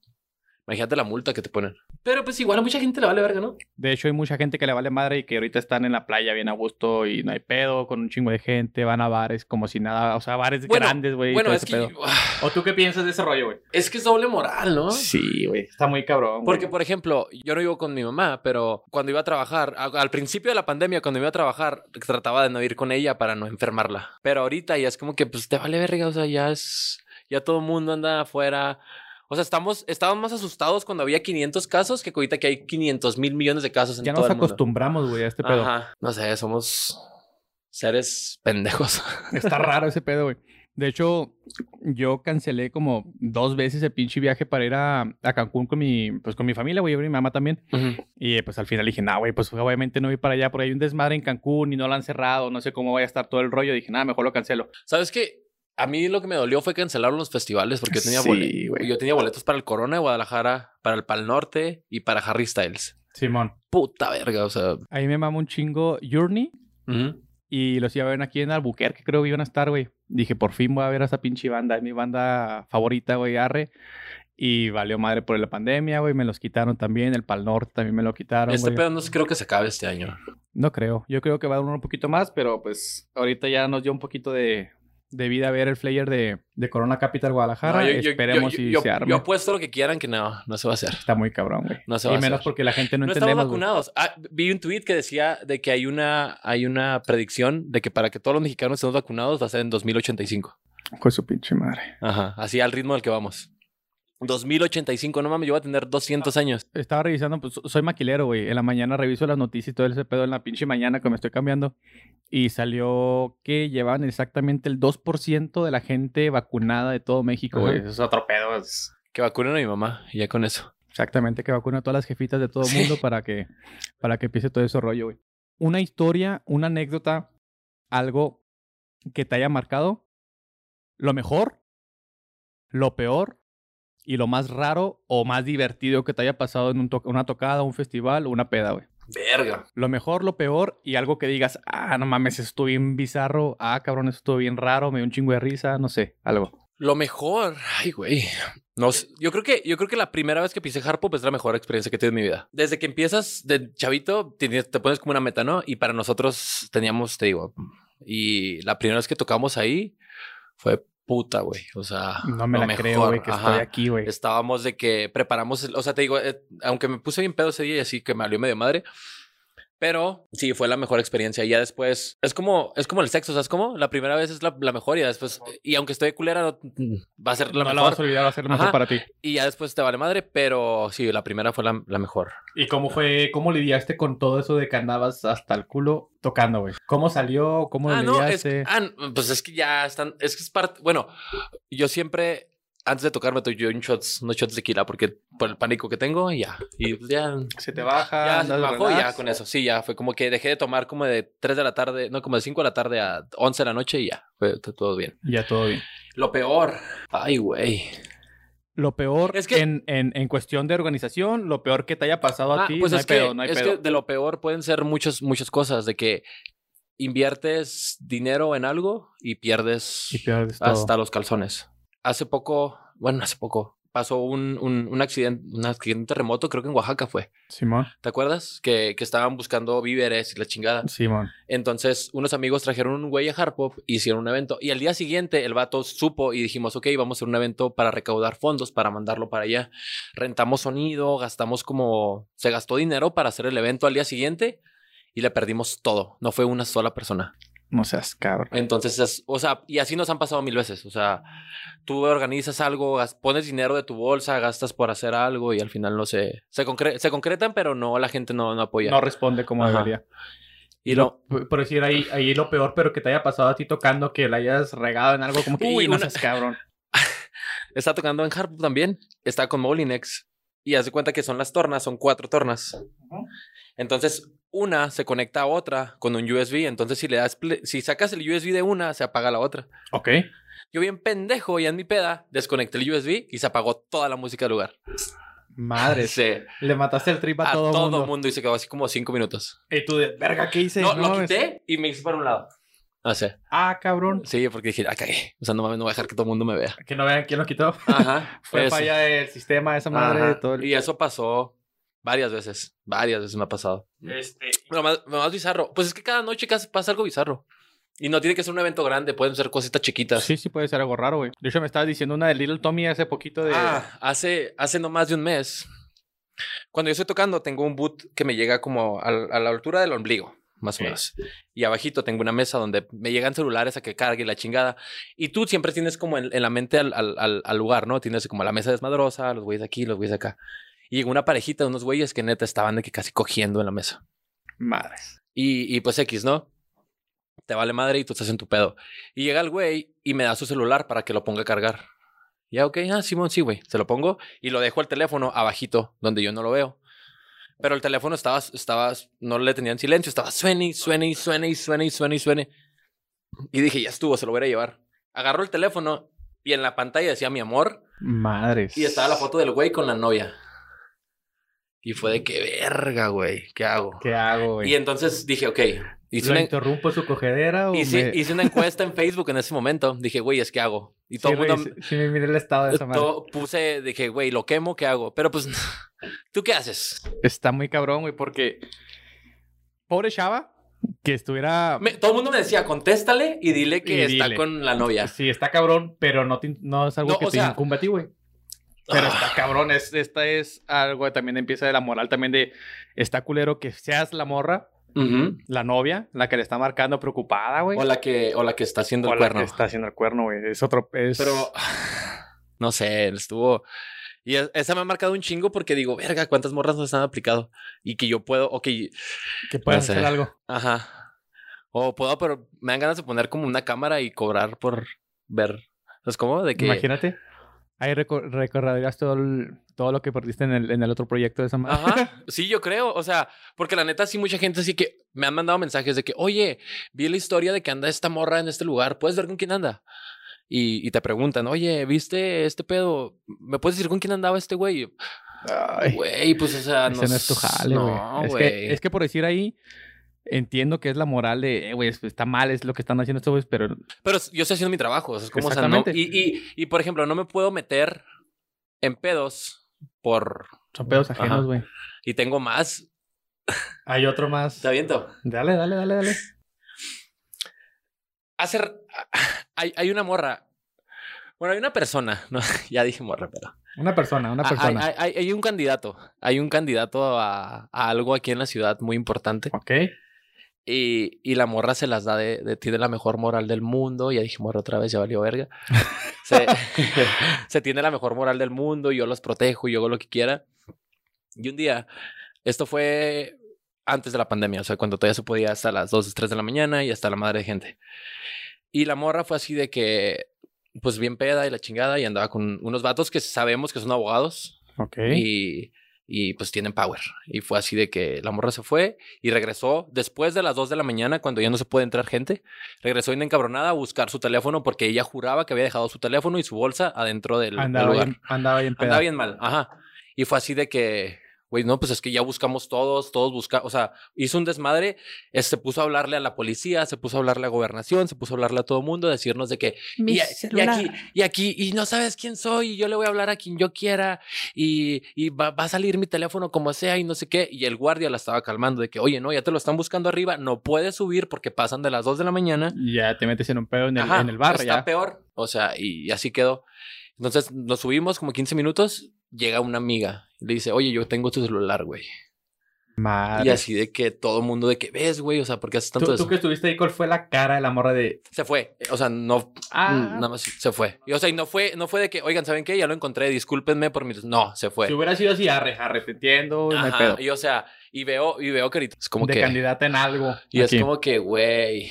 Speaker 4: Imagínate la multa que te ponen. Pero pues igual a mucha gente le vale verga, ¿no?
Speaker 1: De hecho, hay mucha gente que le vale madre y que ahorita están en la playa bien a gusto y no hay pedo, con un chingo de gente, van a bares como si nada, o sea, bares
Speaker 4: Bueno,
Speaker 1: grandes, güey. y
Speaker 4: bueno,
Speaker 1: todo
Speaker 4: es
Speaker 1: ese
Speaker 4: que,
Speaker 1: pedo.
Speaker 3: ¿O tú qué piensas de ese rollo, güey?
Speaker 4: es que es doble moral, ¿no?
Speaker 3: Sí, güey. Está muy cabrón.
Speaker 4: Porque, por ejemplo, yo no vivo con mi mamá, pero cuando iba a trabajar, a- al principio de la pandemia, cuando iba a trabajar, trataba de no ir con ella para no enfermarla. Pero ahorita ya es como que, pues, te vale verga, o sea, ya es, ya todo el mundo anda afuera. O sea, estamos, estábamos más asustados cuando había 500 casos que ahorita que hay 500 mil millones de casos en
Speaker 1: Ya
Speaker 4: todo
Speaker 1: nos
Speaker 4: el mundo.
Speaker 1: acostumbramos, güey, a este pedo.
Speaker 4: Ajá. No sé, somos seres pendejos.
Speaker 5: [LAUGHS]
Speaker 1: Está raro ese pedo, güey. De hecho, yo cancelé como dos veces el pinche viaje para ir a, a Cancún con mi, pues con mi familia, güey, y mi mamá también. Y eh, pues al final dije, no, güey, pues obviamente no voy para allá, porque hay un desmadre en Cancún y no lo han cerrado, no sé cómo vaya a estar todo el rollo. Dije, nada, mejor lo cancelo.
Speaker 4: [LAUGHS] ¿Sabes qué? a mí lo que me dolió fue cancelar los festivales porque yo tenía,
Speaker 5: Sí,
Speaker 4: bole-
Speaker 5: güey.
Speaker 4: yo tenía boletos para el Corona de Guadalajara, para el Pal Norte y para Harry Styles.
Speaker 3: Simón.
Speaker 4: Puta verga, o sea.
Speaker 3: Ahí me mamo un chingo Journey
Speaker 4: ujú.
Speaker 3: y los iba a ver aquí en Albuquerque, creo que iban a estar, güey. Dije, por fin voy a ver a esa pinche banda, es mi banda favorita, güey, arre. Y valió madre por la pandemia, güey, me los quitaron también, el Pal Norte también me lo quitaron,
Speaker 4: Este
Speaker 3: güey.
Speaker 4: pedo no sé, creo que se acabe este año.
Speaker 3: No creo. Yo creo que va a durar un poquito más, pero pues ahorita ya nos dio un poquito de, de vida ver el flyer de, de Corona Capital Guadalajara.
Speaker 4: No, yo- yo-
Speaker 3: Esperemos
Speaker 4: yo-
Speaker 3: si
Speaker 4: yo-
Speaker 3: se arma.
Speaker 4: Yo apuesto lo que quieran que no, no se va a hacer.
Speaker 3: Está muy cabrón, güey.
Speaker 4: No se va
Speaker 3: y
Speaker 4: a
Speaker 3: menos
Speaker 4: hacer.
Speaker 3: porque la gente no,
Speaker 4: No estamos
Speaker 3: entendemos. güey.
Speaker 4: vacunados. Ah, vi un tweet que decía de que hay una, hay una predicción de que para que todos los mexicanos estemos vacunados va a ser en 2085.
Speaker 5: Con su pinche madre.
Speaker 4: Ajá. Así al ritmo al que vamos. 2085, no mames, yo voy a tener 200 años.
Speaker 3: Estaba revisando, pues soy maquilero, güey. En la mañana reviso las noticias y todo ese pedo en la pinche mañana que me estoy cambiando. Y salió que llevaban exactamente el 2% de la gente vacunada de todo México,
Speaker 4: Ajá.
Speaker 3: güey. Eso es otro pedo. es-
Speaker 4: Que vacunen a mi mamá, y ya con eso.
Speaker 3: Exactamente, que vacuna a todas las jefitas de todo el
Speaker 4: Sí.
Speaker 3: mundo para que, para que empiece todo ese rollo, güey. Una historia, una anécdota, algo que te haya marcado. Lo mejor, lo peor y lo más raro o más divertido que te haya pasado en un to- una tocada, un festival o una peda, güey.
Speaker 4: Verga.
Speaker 3: Lo mejor, lo peor y algo que digas, ah, no mames, estuvo bien bizarro, ah, cabrón, estuvo bien raro, me dio un chingo de risa, no sé, algo.
Speaker 4: Lo mejor. Ay, güey. No, sé. yo creo que yo creo que la primera vez que pisé Harpo pues, es la mejor experiencia que he tenido en mi vida. Desde que empiezas de chavito tienes- te pones como una meta, ¿no? Y para nosotros teníamos, te digo, y la primera vez que tocamos ahí fue puta, güey. O sea,
Speaker 3: No me
Speaker 4: lo
Speaker 3: la creo,
Speaker 4: mejor.
Speaker 3: güey, que
Speaker 4: Ajá.
Speaker 3: estoy aquí, güey.
Speaker 4: Estábamos de que preparamos, el- o sea, te digo, eh, aunque me puse bien pedo ese día y así que me valió medio madre, pero sí, fue la mejor experiencia. Y ya después, es como, es como el sexo, o sea, es como la primera vez es la, la mejor y ya después, y aunque estoy de culera, no- va a ser la
Speaker 3: no la vas a
Speaker 4: mejor.
Speaker 3: olvidar, va a ser lo mejor
Speaker 4: Ajá.
Speaker 3: para ti.
Speaker 4: y ya después te vale madre, pero sí, la primera fue la, la mejor.
Speaker 3: ¿Y cómo fue, cómo lidiaste con todo eso de que andabas hasta el culo tocando, güey? ¿Cómo salió? ¿Cómo lo
Speaker 4: Ah, no, es,
Speaker 3: lidiaste?
Speaker 4: ah, n- pues es que ya están, es que es parte, bueno, yo siempre... Antes de tocarme, doy yo un shots, unos shots de tequila, porque por el pánico que tengo, y ya. Y pues ya
Speaker 3: Se te baja,
Speaker 4: Ya se
Speaker 3: andas
Speaker 4: bajó y ya
Speaker 3: relax.
Speaker 4: con eso. Sí, ya fue como que dejé de tomar como de 3 de la tarde, no, como de 5 de la tarde a 11 de la noche y ya. Fue t- todo bien.
Speaker 3: Ya todo bien.
Speaker 4: Lo peor. Ay, güey.
Speaker 3: Lo peor
Speaker 4: Es que-
Speaker 3: en, en, en cuestión de organización, lo peor que te haya pasado a
Speaker 4: Ah,
Speaker 3: ti,
Speaker 4: pues
Speaker 3: no hay
Speaker 4: es, que,
Speaker 3: pedo, no hay
Speaker 4: es
Speaker 3: pedo.
Speaker 4: que de lo peor pueden ser muchas, muchas cosas. De que inviertes dinero en algo y pierdes,
Speaker 3: Y pierdes todo.
Speaker 4: hasta los calzones. Hace poco, bueno, hace poco, pasó un, un, un accidente, un accidente remoto, creo que en Oaxaca fue.
Speaker 3: Simón,
Speaker 4: ¿Te acuerdas? Que, que estaban buscando víveres y la chingada.
Speaker 3: Simón.
Speaker 4: Entonces, unos amigos trajeron un güey a Harpop, hicieron un evento y al día siguiente el vato supo y dijimos, ok, vamos a hacer un evento para recaudar fondos, para mandarlo para allá. Rentamos sonido, gastamos como, se gastó dinero para hacer el evento al día siguiente y le perdimos todo. No fue una sola persona.
Speaker 5: No seas cabrón.
Speaker 4: Entonces, es- o sea, y así nos han pasado mil veces. O sea, tú organizas algo, gas- pones dinero de tu bolsa, gastas por hacer algo y al final no se, se, concre- se concretan, pero no, la gente no, no apoya.
Speaker 3: No responde como
Speaker 4: Ajá.
Speaker 3: debería.
Speaker 4: y no.
Speaker 3: P- Por decir ahí, ahí lo peor, pero que te haya pasado a ti tocando, que la hayas regado en algo como que,
Speaker 4: Uy,
Speaker 3: "Ih, no
Speaker 4: una-
Speaker 3: seas
Speaker 4: [LAUGHS]
Speaker 3: cabrón.
Speaker 4: Está tocando en Harpo también. Está con Molinex. Y hace cuenta que son las tornas, son cuatro tornas. Entonces, una se conecta a otra con un USB. Entonces, si le das play- si sacas el USB de una, se apaga la otra.
Speaker 3: Ok.
Speaker 4: Yo bien pendejo y en mi peda, desconecté el USB y se apagó toda la música del lugar.
Speaker 3: Madre,
Speaker 4: Sí.
Speaker 3: le mataste el trip a,
Speaker 4: A
Speaker 3: todo,
Speaker 4: todo
Speaker 3: mundo.
Speaker 4: mundo. y se quedó así como cinco minutos.
Speaker 3: Y tú de, verga, ¿qué hice?
Speaker 4: no, lo
Speaker 3: mames".
Speaker 4: quité y me hice para un lado. No sé.
Speaker 3: Ah, cabrón.
Speaker 4: Sí, porque dije, ah, cagué. O sea, no mames, no voy a dejar que todo el mundo me vea.
Speaker 3: Que no vean quién lo quitó. [LAUGHS]
Speaker 4: Ajá.
Speaker 3: Fue
Speaker 4: eso.
Speaker 3: falla del sistema, esa madre,
Speaker 4: Ajá.
Speaker 3: de todo el...
Speaker 4: Y eso pasó varias veces. Varias veces me ha pasado. Lo más, lo más bizarro. Pues es que cada noche casi pasa algo bizarro. Y no tiene que ser un evento grande, pueden ser cositas chiquitas.
Speaker 3: Sí, sí puede ser algo raro, güey. De hecho, me estabas diciendo una de Little Tommy hace poquito de...
Speaker 4: Ah, hace, hace no más de un mes, cuando yo estoy tocando, tengo un boot que me llega como al- a, la altura del ombligo, más o menos. Y abajito tengo una mesa donde me llegan celulares a que cargue la chingada. Y tú siempre tienes como en, en la mente al, al- al- al lugar, ¿no? Tienes como la mesa desmadrosa, los güeyes de aquí, los güeyes de acá. Y llegó una parejita de unos güeyes que neta estaban de que casi cogiendo en la mesa.
Speaker 5: Madres.
Speaker 4: Y, y, pues X, ¿no? Te vale madre y tú estás en tu pedo. Y llega el güey y me da su celular para que lo ponga a cargar. Ya, ok, ah, Simón, sí, güey. Se lo pongo y lo dejo al teléfono abajito, donde yo no lo veo. Pero el teléfono estaba, estaba, no le tenían silencio, estaba suene y suene y suene y suene y suene y suene. Y dije, ya estuvo, se lo voy a llevar. Agarró el teléfono y en la pantalla decía mi amor
Speaker 3: Madres.
Speaker 4: y estaba la foto del güey con la novia. Y fue de que verga, güey, ¿qué hago?
Speaker 3: ¿Qué hago, güey?
Speaker 4: Y entonces dije, ok, hice
Speaker 3: ¿Lo
Speaker 4: una,
Speaker 3: interrumpo su cogedera o
Speaker 4: hice-
Speaker 3: me-
Speaker 4: hice una encuesta en Facebook en ese momento. Dije, güey, ¿es qué hago? Y todo
Speaker 3: Sí,
Speaker 4: el mundo...
Speaker 3: revisé- sí me miré el estado de esa madre.
Speaker 4: todo- puse, dije, güey, ¿lo quemo? ¿Qué hago? Pero pues, [LAUGHS] ¿tú qué haces?
Speaker 3: Está muy cabrón, güey, porque... Pobre chava que estuviera...
Speaker 4: Me- todo el mundo me decía, contéstale y dile que
Speaker 3: Y
Speaker 4: está
Speaker 3: dile.
Speaker 4: con la novia.
Speaker 3: Sí, está cabrón, pero no, te- no es algo
Speaker 4: No,
Speaker 3: que
Speaker 4: o
Speaker 3: te
Speaker 4: sea- Ah.
Speaker 3: incumbe a ti, güey. Pero está cabrón, es, esta es algo que también empieza de la moral, también de... Está culero que seas la morra,
Speaker 4: Ujú.
Speaker 3: la novia, la que le está marcando preocupada, güey.
Speaker 4: O la que, o la que está haciendo
Speaker 3: O
Speaker 4: el
Speaker 3: la
Speaker 4: cuerno.
Speaker 3: que está haciendo el cuerno, güey. Es otro... Es...
Speaker 4: Pero [SIGHS] no sé, estuvo. Y es- esa me ha marcado un chingo porque digo, verga, cuántas morras nos han aplicado y que yo puedo, ok,
Speaker 3: Que puedas
Speaker 4: no sé.
Speaker 3: hacer algo.
Speaker 4: ajá. O puedo, pero me dan ganas de poner como una cámara y cobrar por ver. ¿Sabes cómo? De que.
Speaker 3: Imagínate. Ahí reco- recordarías todo, el- todo lo que perdiste en el, en el otro proyecto de esa madre. [LAUGHS]
Speaker 4: Ajá, sí, yo creo. O sea, porque la neta, sí, mucha gente así que me han mandado mensajes de que, oye, vi la historia de que anda esta morra en este lugar, ¿puedes ver con quién anda? Y, y te preguntan, oye, ¿viste este pedo? ¿Me puedes decir con quién andaba este güey?
Speaker 3: Ay,
Speaker 4: Güey, pues, o sea,
Speaker 3: ese no es tu
Speaker 4: s-
Speaker 3: jale, güey.
Speaker 4: No,
Speaker 3: es,
Speaker 4: güey.
Speaker 3: que, es que por decir ahí, entiendo que es la moral de, eh, güey, es- está mal, es lo que están haciendo estos güeyes, pero
Speaker 4: Pero s- yo estoy haciendo mi trabajo. o sea, es como, o sea, no-
Speaker 3: Exactamente.
Speaker 4: y, y- y, por ejemplo, no me puedo meter en pedos por...
Speaker 3: son pedos
Speaker 4: Ajá.
Speaker 3: ajenos, güey.
Speaker 4: Y tengo más.
Speaker 3: Hay otro más.
Speaker 4: ¿Te aviento?
Speaker 3: Dale, dale, dale, dale.
Speaker 4: Hacer... ah, Hay, hay una morra. Bueno, hay una persona. No, [LAUGHS] ya dije morra, pero...
Speaker 3: Una persona, una
Speaker 4: Ah, hay-
Speaker 3: persona.
Speaker 4: Hay, hay- hay un candidato. Hay un candidato a, a algo aquí en la ciudad muy importante.
Speaker 3: Ok.
Speaker 4: Y, y la morra se las da de, de tiene la mejor moral del mundo. Ya dije, morra, otra vez ya valió verga. Se, [LAUGHS] se tiene la mejor moral del mundo. y Yo los protejo, y yo hago lo que quiera. Y un día, esto fue antes de la pandemia, o sea, cuando todavía se podía hasta las 2, 3 de la mañana y hasta la madre de gente. Y la morra fue así de que, pues bien peda y la chingada, y andaba con unos vatos que sabemos que son abogados
Speaker 3: Ok.
Speaker 4: y, y, pues tienen power. Y fue así de que la morra se fue y regresó después de las 2 de la mañana, cuando ya no se puede entrar gente. Regresó bien encabronada a buscar su teléfono porque ella juraba que había dejado su teléfono y su bolsa adentro del, del
Speaker 3: andaba,
Speaker 4: lugar.
Speaker 3: bien, andaba bien peda.
Speaker 4: Andaba bien mal, ajá. Y fue así de que, güey, no, pues es que ya buscamos todos, todos buscamos, o sea, hizo un desmadre, eh, se puso a hablarle a la policía, se puso a hablarle a gobernación, se puso a hablarle a todo mundo, decirnos de que, y, a- y aquí, y aquí, y no sabes quién soy, y yo le voy a hablar a quien yo quiera, y, y va, va a salir mi teléfono como sea, y no sé qué. Y el guardia la estaba calmando de que, oye, no, ya te lo están buscando arriba, no puedes subir porque pasan de las 2 de la mañana.
Speaker 3: Y ya te metes en un pedo en el,
Speaker 4: Ajá,
Speaker 3: en el bar,
Speaker 4: Está
Speaker 3: ya.
Speaker 4: peor. O sea, y, y así quedó. Entonces nos subimos como 15 minutos. Llega una amiga y le dice, oye, yo tengo tu celular, güey.
Speaker 3: Madre.
Speaker 4: Y así de que todo el mundo de que ves, güey. O sea, ¿por qué haces tanto
Speaker 3: ¿Tú,
Speaker 4: eso?
Speaker 3: tú que estuviste ahí, ¿cuál fue la cara de la morra de... "Ah,
Speaker 4: Se fue. O sea, no, mm, nada más se fue. Y, o sea, y no fue, no fue de que, oigan, ¿saben qué? Ya lo encontré, discúlpenme por mi. No, se fue.
Speaker 3: Si hubiera sido así, arre, arre, te entiendo, no hay
Speaker 4: Ajá,
Speaker 3: pedo.
Speaker 4: Y o sea, y veo, y veo que ahorita es como
Speaker 3: de
Speaker 4: que.
Speaker 3: candidata en algo.
Speaker 4: Y
Speaker 3: aquí.
Speaker 4: es como que, güey,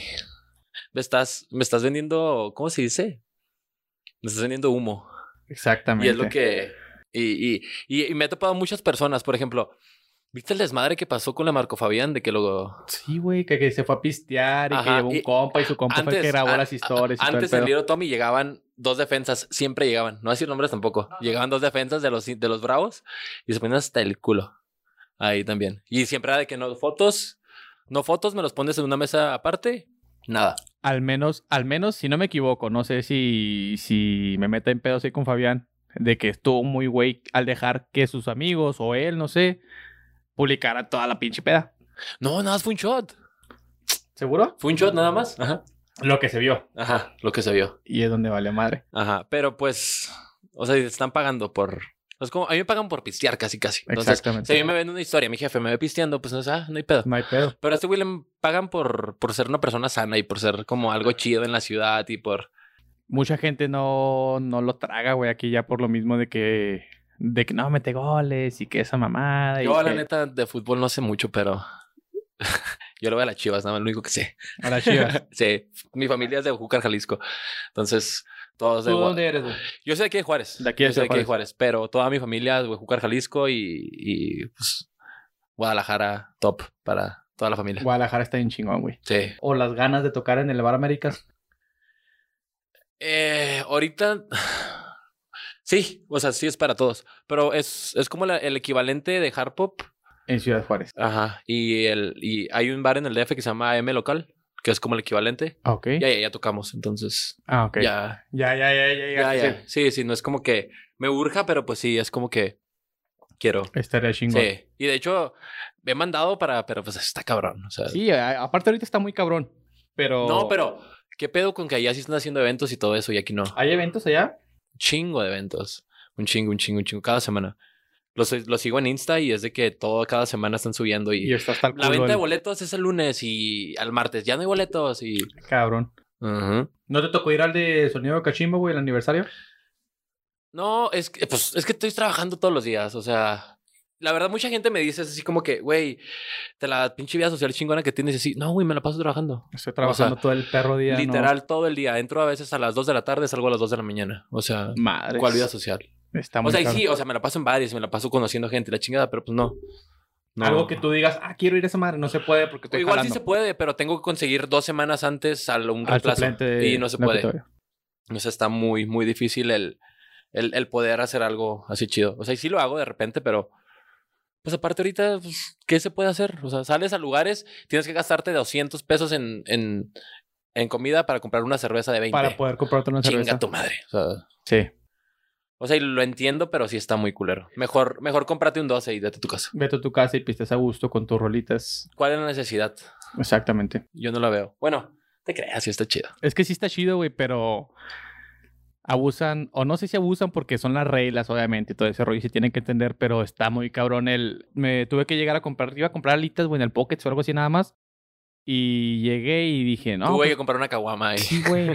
Speaker 4: me estás, me estás vendiendo, ¿cómo se dice? Me estás vendiendo humo.
Speaker 3: Exactamente.
Speaker 4: Y es lo que. Y, y, y, y me he topado muchas personas, por ejemplo. ¿Viste el desmadre que pasó con la Marco Fabián de que luego.
Speaker 3: Sí, güey, que, que se fue a pistear y que
Speaker 4: Ajá,
Speaker 3: llevó un
Speaker 4: y-
Speaker 3: compa y su compa fue el que grabó
Speaker 4: a-
Speaker 3: las historias y
Speaker 4: a-
Speaker 3: todo el
Speaker 4: Antes del
Speaker 3: pedo.
Speaker 4: Little Tommy llegaban dos defensas, siempre llegaban, no voy a decir nombres tampoco. Llegaban dos defensas de los, de los Bravos y se ponían hasta el culo. Ahí también. Y siempre era de que no fotos, no fotos, me los pones en una mesa aparte, nada.
Speaker 3: Al menos, al menos, si no me equivoco, no sé si, si me meta en pedo así con Fabián, de que estuvo muy güey al dejar que sus amigos o él, no sé, publicara toda la pinche peda.
Speaker 4: No, nada, más fue un shot.
Speaker 3: ¿Seguro?
Speaker 4: Fue un shot nada más. Ajá.
Speaker 3: Lo que se vio.
Speaker 4: Ajá, lo que se vio.
Speaker 3: Y es donde valió madre.
Speaker 4: Ajá, pero pues, o sea, te están pagando por... Es como, a mí me pagan por pistear casi, casi. Entonces,
Speaker 3: Exactamente.
Speaker 4: si a mí me ven una historia, mi jefe me ve pisteando, pues no, sé, ah, no hay pedo.
Speaker 3: No hay pedo.
Speaker 4: Pero a este güey le pagan por, por ser una persona sana y por ser como algo chido en la ciudad y por...
Speaker 3: mucha gente no, no lo traga, güey, aquí ya por lo mismo de que, de que no mete goles y que esa mamada. Y
Speaker 4: Yo, la
Speaker 3: que-
Speaker 4: neta, de fútbol no sé mucho, pero... [LAUGHS] Yo lo veo a las chivas, nada más, lo único que sé.
Speaker 3: A las
Speaker 4: [LAUGHS]
Speaker 3: chivas.
Speaker 4: Sí, mi familia es de Júcar, Jalisco. Entonces, todos de...
Speaker 3: ¿Tú
Speaker 4: Gua-
Speaker 3: dónde eres, güey?
Speaker 4: Yo soy de aquí de Juárez.
Speaker 3: De aquí
Speaker 4: Yo
Speaker 3: de
Speaker 4: soy
Speaker 3: Juárez.
Speaker 4: Juárez. Pero toda mi familia es Huejucar, Jalisco y, y, pues, Guadalajara top para toda la
Speaker 3: [LAUGHS]
Speaker 4: familia.
Speaker 3: Guadalajara está bien chingón, güey.
Speaker 4: Sí.
Speaker 3: O las ganas de tocar en el Bar Américas.
Speaker 4: Eh, ahorita. [SIGHS] Sí, o sea, sí es para todos. Pero es, es como la- el equivalente de hard pop.
Speaker 5: En Ciudad Juárez.
Speaker 4: Ajá. Y, el, y hay un bar en el DF que se llama M Local, que es como el equivalente.
Speaker 3: Ah, ok.
Speaker 4: Ya, ya, ya tocamos. Entonces,
Speaker 3: Ah, ok.
Speaker 4: ya,
Speaker 5: Ya, ya, ya,
Speaker 4: ya, ya. Sí, sí, no es como que me urja, pero pues sí, es como que quiero.
Speaker 3: Estaría chingón. Sí.
Speaker 4: Sí. Y de hecho, me he mandado para, pero pues está cabrón. O sea,
Speaker 3: a- aparte ahorita está muy cabrón. Pero.
Speaker 4: No, pero ¿qué pedo con que allá sí están haciendo eventos y todo eso y aquí no?
Speaker 5: ¿Hay eventos allá?
Speaker 4: Chingo de eventos. Un chingo, un chingo, un chingo. Cada semana. Los, los sigo en Insta y es de que todo, cada semana están subiendo. Y,
Speaker 3: Y está hasta el
Speaker 4: la
Speaker 3: culo
Speaker 4: venta de
Speaker 3: el-
Speaker 4: boletos es el lunes y al martes. Ya no hay boletos y...
Speaker 5: Cabrón.
Speaker 4: Ujú.
Speaker 3: ¿No te tocó ir al de Sonido de Cachimbo, güey, el aniversario?
Speaker 4: No, es que, pues, es que estoy trabajando todos los días, o sea... La verdad, mucha gente me dice es así como que, güey, te la pinche vida social chingona que tienes y así. No, güey, me la paso trabajando.
Speaker 5: Estoy trabajando
Speaker 4: O sea,
Speaker 5: todo el perro día. ¿no?
Speaker 4: Literal, todo el día. Entro a veces a las 2 de la tarde, salgo a las 2 de la mañana. O sea,
Speaker 5: Madre.
Speaker 4: ¿cuál vida social?
Speaker 5: Está
Speaker 4: O
Speaker 5: muy
Speaker 4: sea, y
Speaker 5: cabrón.
Speaker 4: sí, o sea, me la paso en bares, me la paso conociendo gente, la chingada, pero pues no. No.
Speaker 5: Algo que tú digas, ah, quiero ir a esa madre. No se puede porque
Speaker 4: O
Speaker 5: estoy
Speaker 4: Igual sí
Speaker 5: jalando.
Speaker 4: se puede, pero tengo que conseguir dos semanas antes a lo- un reemplazo. Y no se puede. O sea, está muy, muy difícil el, el, el poder hacer algo así chido. O sea, y sí lo hago de repente, pero... Pues aparte ahorita, pues, ¿qué se puede hacer? O sea, sales a lugares, tienes que gastarte 200 pesos en, en, en comida para comprar una cerveza de 20.
Speaker 3: Para poder comprarte una
Speaker 4: Chinga
Speaker 3: cerveza.
Speaker 4: tu madre. O sea,
Speaker 3: Sí.
Speaker 4: o sea, y lo entiendo, pero sí está muy culero. Mejor, mejor cómprate un 12 y date a tu casa.
Speaker 3: Vete a tu casa y pistes a gusto con tus rolitas.
Speaker 4: ¿Cuál es la necesidad?
Speaker 5: Exactamente.
Speaker 4: Yo no la veo. Bueno, te creas, sí está chido.
Speaker 3: Es que sí está chido, güey, pero abusan, o no sé si abusan porque son las reglas, obviamente, y todo ese rollo y se tienen que entender, pero está muy cabrón el... Me tuve que llegar a comprar, iba a comprar alitas, güey, en el Pocket o algo así nada más. Y llegué y dije, no,
Speaker 4: Tuve
Speaker 3: pues,
Speaker 4: que comprar una
Speaker 3: [LAUGHS]
Speaker 4: caguama ahí.
Speaker 3: sí, güey.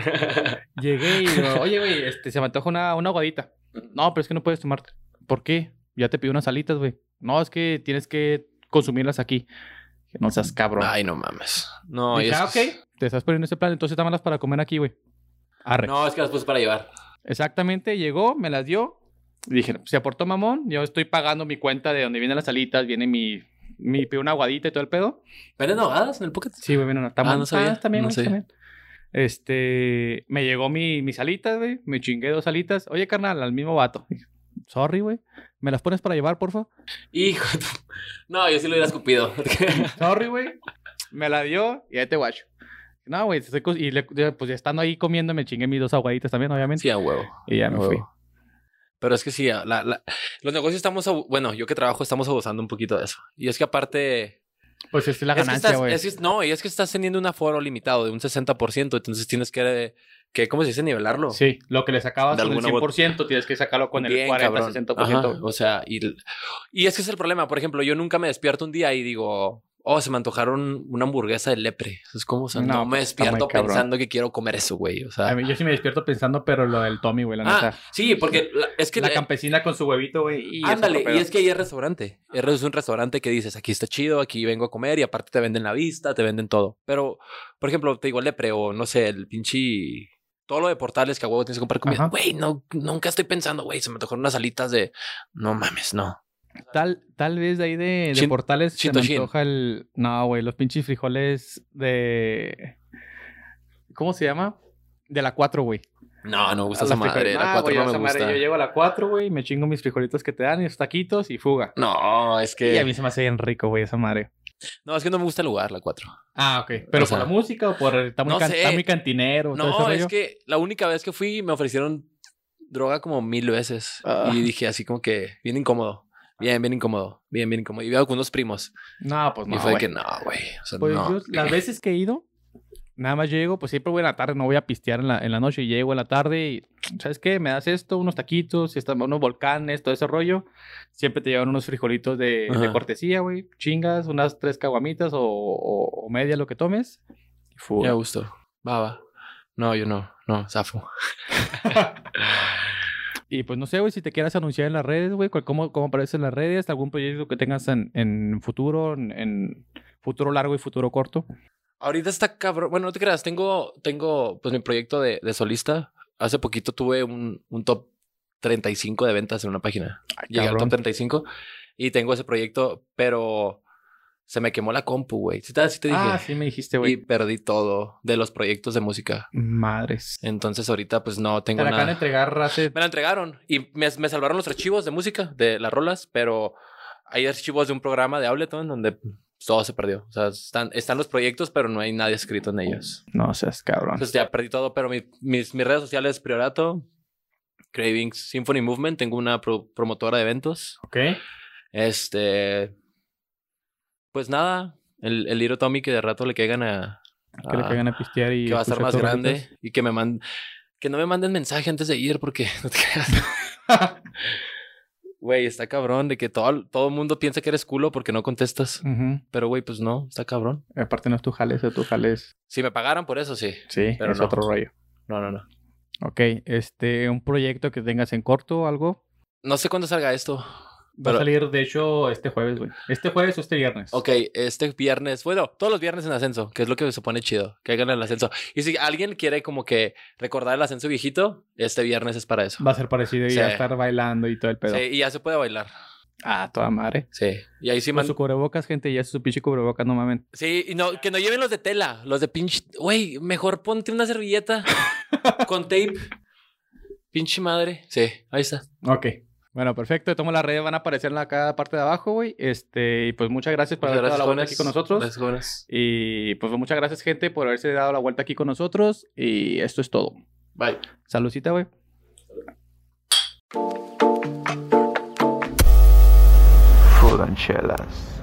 Speaker 3: llegué y digo, oye, güey, este, se me antoja una, una aguadita. No, pero es que no puedes tomarte. ¿Por qué? Ya te pedí unas alitas, güey. No, es que tienes que consumirlas aquí. Dije, No seas cabrón.
Speaker 4: Ay, no mames. No, y
Speaker 3: Dije,
Speaker 4: es-
Speaker 3: "Ah, ok, Te estás poniendo ese plan, entonces dámelas para comer aquí, güey. Arre.
Speaker 4: No, es que las puse para llevar.
Speaker 3: Exactamente, llegó, me las dio. y Dije, se aportó mamón, yo estoy pagando mi cuenta de donde vienen las alitas, viene mi, mi pido una aguadita y todo el pedo.
Speaker 4: ¿Venden ahogadas en el pocket?
Speaker 3: Sí, güey, viene una
Speaker 4: Ah, no sabía,
Speaker 3: también,
Speaker 4: no
Speaker 3: güey,
Speaker 4: sabía.
Speaker 3: también. Este, me llegó mi, mis alitas, güey, me chingué dos alitas. Oye, carnal, al mismo vato. Dije, Sorry, güey, ¿me las pones para llevar, porfa?
Speaker 4: Hijo. de tu- No, yo sí lo hubiera escupido.
Speaker 3: Sorry, güey. Me la dio y ahí te guacho. No, güey, estoy cos- y le- ya, pues ya estando ahí comiendo me chingué mis dos aguaditas también, obviamente.
Speaker 4: [LAUGHS] sí, a huevo.
Speaker 3: Y ya
Speaker 4: a
Speaker 3: me
Speaker 4: huevo.
Speaker 3: fui.
Speaker 4: Pero es que sí, la- la- los negocios estamos, abu- bueno, yo que trabajo estamos abusando un poquito de eso. Y es que aparte,
Speaker 3: Pues es la
Speaker 4: Es que
Speaker 3: ganancia,
Speaker 4: estás-
Speaker 3: güey.
Speaker 4: es que- no, y es que estás teniendo un aforo limitado de un 60%, entonces tienes que, que ¿cómo se dice? Nivelarlo.
Speaker 3: Sí, lo que le sacabas
Speaker 4: De
Speaker 3: con el
Speaker 4: alguna bot-
Speaker 3: 100% tienes que sacarlo con el
Speaker 4: Bien,
Speaker 3: 40,
Speaker 4: cabrón.
Speaker 3: 60%.
Speaker 4: Ajá, O sea, y, y es que es el problema. Por ejemplo, yo nunca me despierto un día y digo, oh, se me antojaron una hamburguesa de lepre. Es como, o sea, no,
Speaker 3: No, pues,
Speaker 4: me
Speaker 3: está muy
Speaker 4: despierto
Speaker 3: cabrón.
Speaker 4: pensando que quiero comer eso, güey. O sea,
Speaker 3: A mí, yo sí me despierto pensando, pero lo del Tommy, güey, la
Speaker 4: ah,
Speaker 3: neta.
Speaker 4: sí, porque la- es que
Speaker 3: la
Speaker 4: eh,
Speaker 3: campesina con su huevito, güey. y es
Speaker 4: Ándale,
Speaker 3: otro
Speaker 4: y
Speaker 3: pedo.
Speaker 4: es que ahí es restaurante. R Es un restaurante que dices, aquí está chido, aquí vengo a comer y aparte te venden la vista, te venden todo. Pero, por ejemplo, te digo, Lepre o no sé, el pinche... Todo lo de portales que a huevo tienes que comprar comida.
Speaker 3: Ajá.
Speaker 4: Güey, no, nunca estoy pensando, güey, se me tocaron unas alitas de... No mames, no.
Speaker 3: Tal, tal vez de ahí de, de
Speaker 4: Chin-
Speaker 3: portales se me
Speaker 4: Chintoshin.
Speaker 3: antoja el... No, güey, los pinches frijoles de... ¿Cómo se llama? De la 4, güey.
Speaker 4: No, no me gusta
Speaker 3: A
Speaker 4: esa
Speaker 3: las
Speaker 4: madre.
Speaker 3: frijol-
Speaker 4: La
Speaker 3: Ah,
Speaker 4: cuatro
Speaker 3: güey,
Speaker 4: no me
Speaker 3: esa madre,
Speaker 4: gusta.
Speaker 3: Yo llego a la 4, güey, y me chingo mis frijolitos que te dan y los taquitos y fuga.
Speaker 4: No, es
Speaker 3: Y a
Speaker 4: que...
Speaker 3: mí se me hace bien rico, güey, esa madre.
Speaker 4: No, es que no me gusta el lugar, la cuatro.
Speaker 3: Ah, ok.
Speaker 4: ¿Pero
Speaker 3: ¿Pero
Speaker 4: O sea,
Speaker 3: por
Speaker 4: por
Speaker 3: la
Speaker 4: la
Speaker 3: música o por... Está muy,
Speaker 4: muy no can- sé. está muy
Speaker 3: cantinero?
Speaker 4: No, es que la única vez que fui me ofrecieron droga como mil veces.
Speaker 3: Ah.
Speaker 4: Y dije así como que bien incómodo. Bien, bien incómodo. Bien, bien incómodo. Y veo algunos primos.
Speaker 3: No, pues no,
Speaker 4: y fue de
Speaker 3: güey.
Speaker 4: que no, güey. O sea,
Speaker 3: Pues
Speaker 4: no.
Speaker 3: yo, las veces que he ido, nada más llego, pues siempre voy en la tarde, no voy a pistear en la, en la noche. Y llego en la tarde y, ¿sabes qué? Me das esto, unos taquitos, esta- unos volcanes, todo ese rollo. Siempre te llevan unos frijolitos de, de
Speaker 4: Ajá.
Speaker 3: cortesía, güey. Chingas, unas tres caguamitas o, o- o media, lo que tomes. Y
Speaker 4: Ya
Speaker 3: fuga.
Speaker 4: a gusto. Va, va. No, yo no. No, zafo.
Speaker 3: Y pues no sé, güey, si te quieras anunciar en las redes, güey, cuál- cómo, cómo apareces en las redes, algún proyecto que tengas en, en futuro, en, en futuro largo y futuro corto.
Speaker 4: Ahorita está cabrón. Bueno, no te creas. Tengo, tengo pues mi proyecto de, de solista. Hace poquito tuve un, un top 35 de ventas en una página. Llegué al top
Speaker 3: cabrón.
Speaker 4: 35 y tengo ese proyecto, pero se me quemó la compu, güey. Sí te, sí te dije.
Speaker 5: Ah, sí me dijiste,
Speaker 4: y
Speaker 5: güey.
Speaker 4: perdí todo de los proyectos de música.
Speaker 5: Madres.
Speaker 4: Entonces ahorita pues no
Speaker 5: Te
Speaker 4: tengo
Speaker 5: la acaban de
Speaker 4: nada.
Speaker 5: entregar hace...
Speaker 4: Me la entregaron y me, me salvaron los archivos de música, de las rolas, pero hay archivos de un programa de Ableton donde todo se perdió. O sea, están, están los proyectos, pero no hay nadie escrito en ellos.
Speaker 5: No seas cabrón.
Speaker 3: Pues,
Speaker 4: Entonces ya perdí todo, pero mi- mis, mis redes sociales, Priorato, Cravings, Symphony Movement, tengo una pro- promotora de eventos.
Speaker 5: Ok.
Speaker 4: Este, pues nada, el, el Little Tommy que de rato le caigan a...
Speaker 5: Que le
Speaker 4: a-
Speaker 5: caigan a pistear y...
Speaker 4: Ah,
Speaker 3: pues,
Speaker 4: que va a estar
Speaker 5: escuchar
Speaker 4: más
Speaker 5: tus
Speaker 4: grande
Speaker 5: rolitas.
Speaker 4: y que me manden que no me manden mensaje antes de ir porque [LAUGHS] no te creas.
Speaker 5: [LAUGHS]
Speaker 4: Güey, está cabrón de que todo todo mundo piensa que eres culo porque no contestas,
Speaker 5: Ujú.
Speaker 4: pero güey, pues no, está cabrón.
Speaker 5: Aparte no es tu jale, ese es tu jale. es-
Speaker 4: Si me pagaran por eso sí.
Speaker 5: Sí,
Speaker 4: Pero
Speaker 5: es
Speaker 4: no.
Speaker 5: otro rollo.
Speaker 4: No, no, no.
Speaker 3: Ok, este, un proyecto que tengas en corto o algo.
Speaker 4: No sé cuándo salga esto.
Speaker 5: Va
Speaker 4: Pero-
Speaker 5: a salir, de hecho, este jueves, güey. Este jueves o este viernes.
Speaker 4: Ok, este viernes, bueno, todos los viernes en ascenso, que es lo que se pone chido, que hagan el ascenso. Y si alguien quiere como que recordar el ascenso viejito, este viernes es para eso.
Speaker 5: Va a ser parecido y
Speaker 4: Sí.
Speaker 5: va a estar bailando y todo el pedo.
Speaker 4: Sí, y ya se puede bailar.
Speaker 5: Ah, toda madre.
Speaker 4: Sí. Y ahí sí
Speaker 3: Con
Speaker 4: man-
Speaker 3: su cubrebocas, gente, ya es su pinche cubrebocas, no mames.
Speaker 4: Sí, y no, que no lleven los de tela, los de pinche. Güey, mejor ponte
Speaker 3: [LAUGHS]
Speaker 4: una servilleta con tape. Pinche madre. Sí, ahí está.
Speaker 5: Ok.
Speaker 3: Bueno, perfecto. De todas maneras, las redes van a aparecer en la cada parte de abajo, güey. Este, y pues muchas gracias por
Speaker 4: Muchas
Speaker 3: haber dado la vuelta
Speaker 4: jóvenes.
Speaker 3: aquí con nosotros.
Speaker 4: Gracias, jóvenes.
Speaker 3: Y pues muchas gracias, gente, por haberse dado la vuelta aquí con nosotros. Y esto es todo.
Speaker 4: Bye.
Speaker 3: Saludcita, güey.
Speaker 2: Food and Chelas.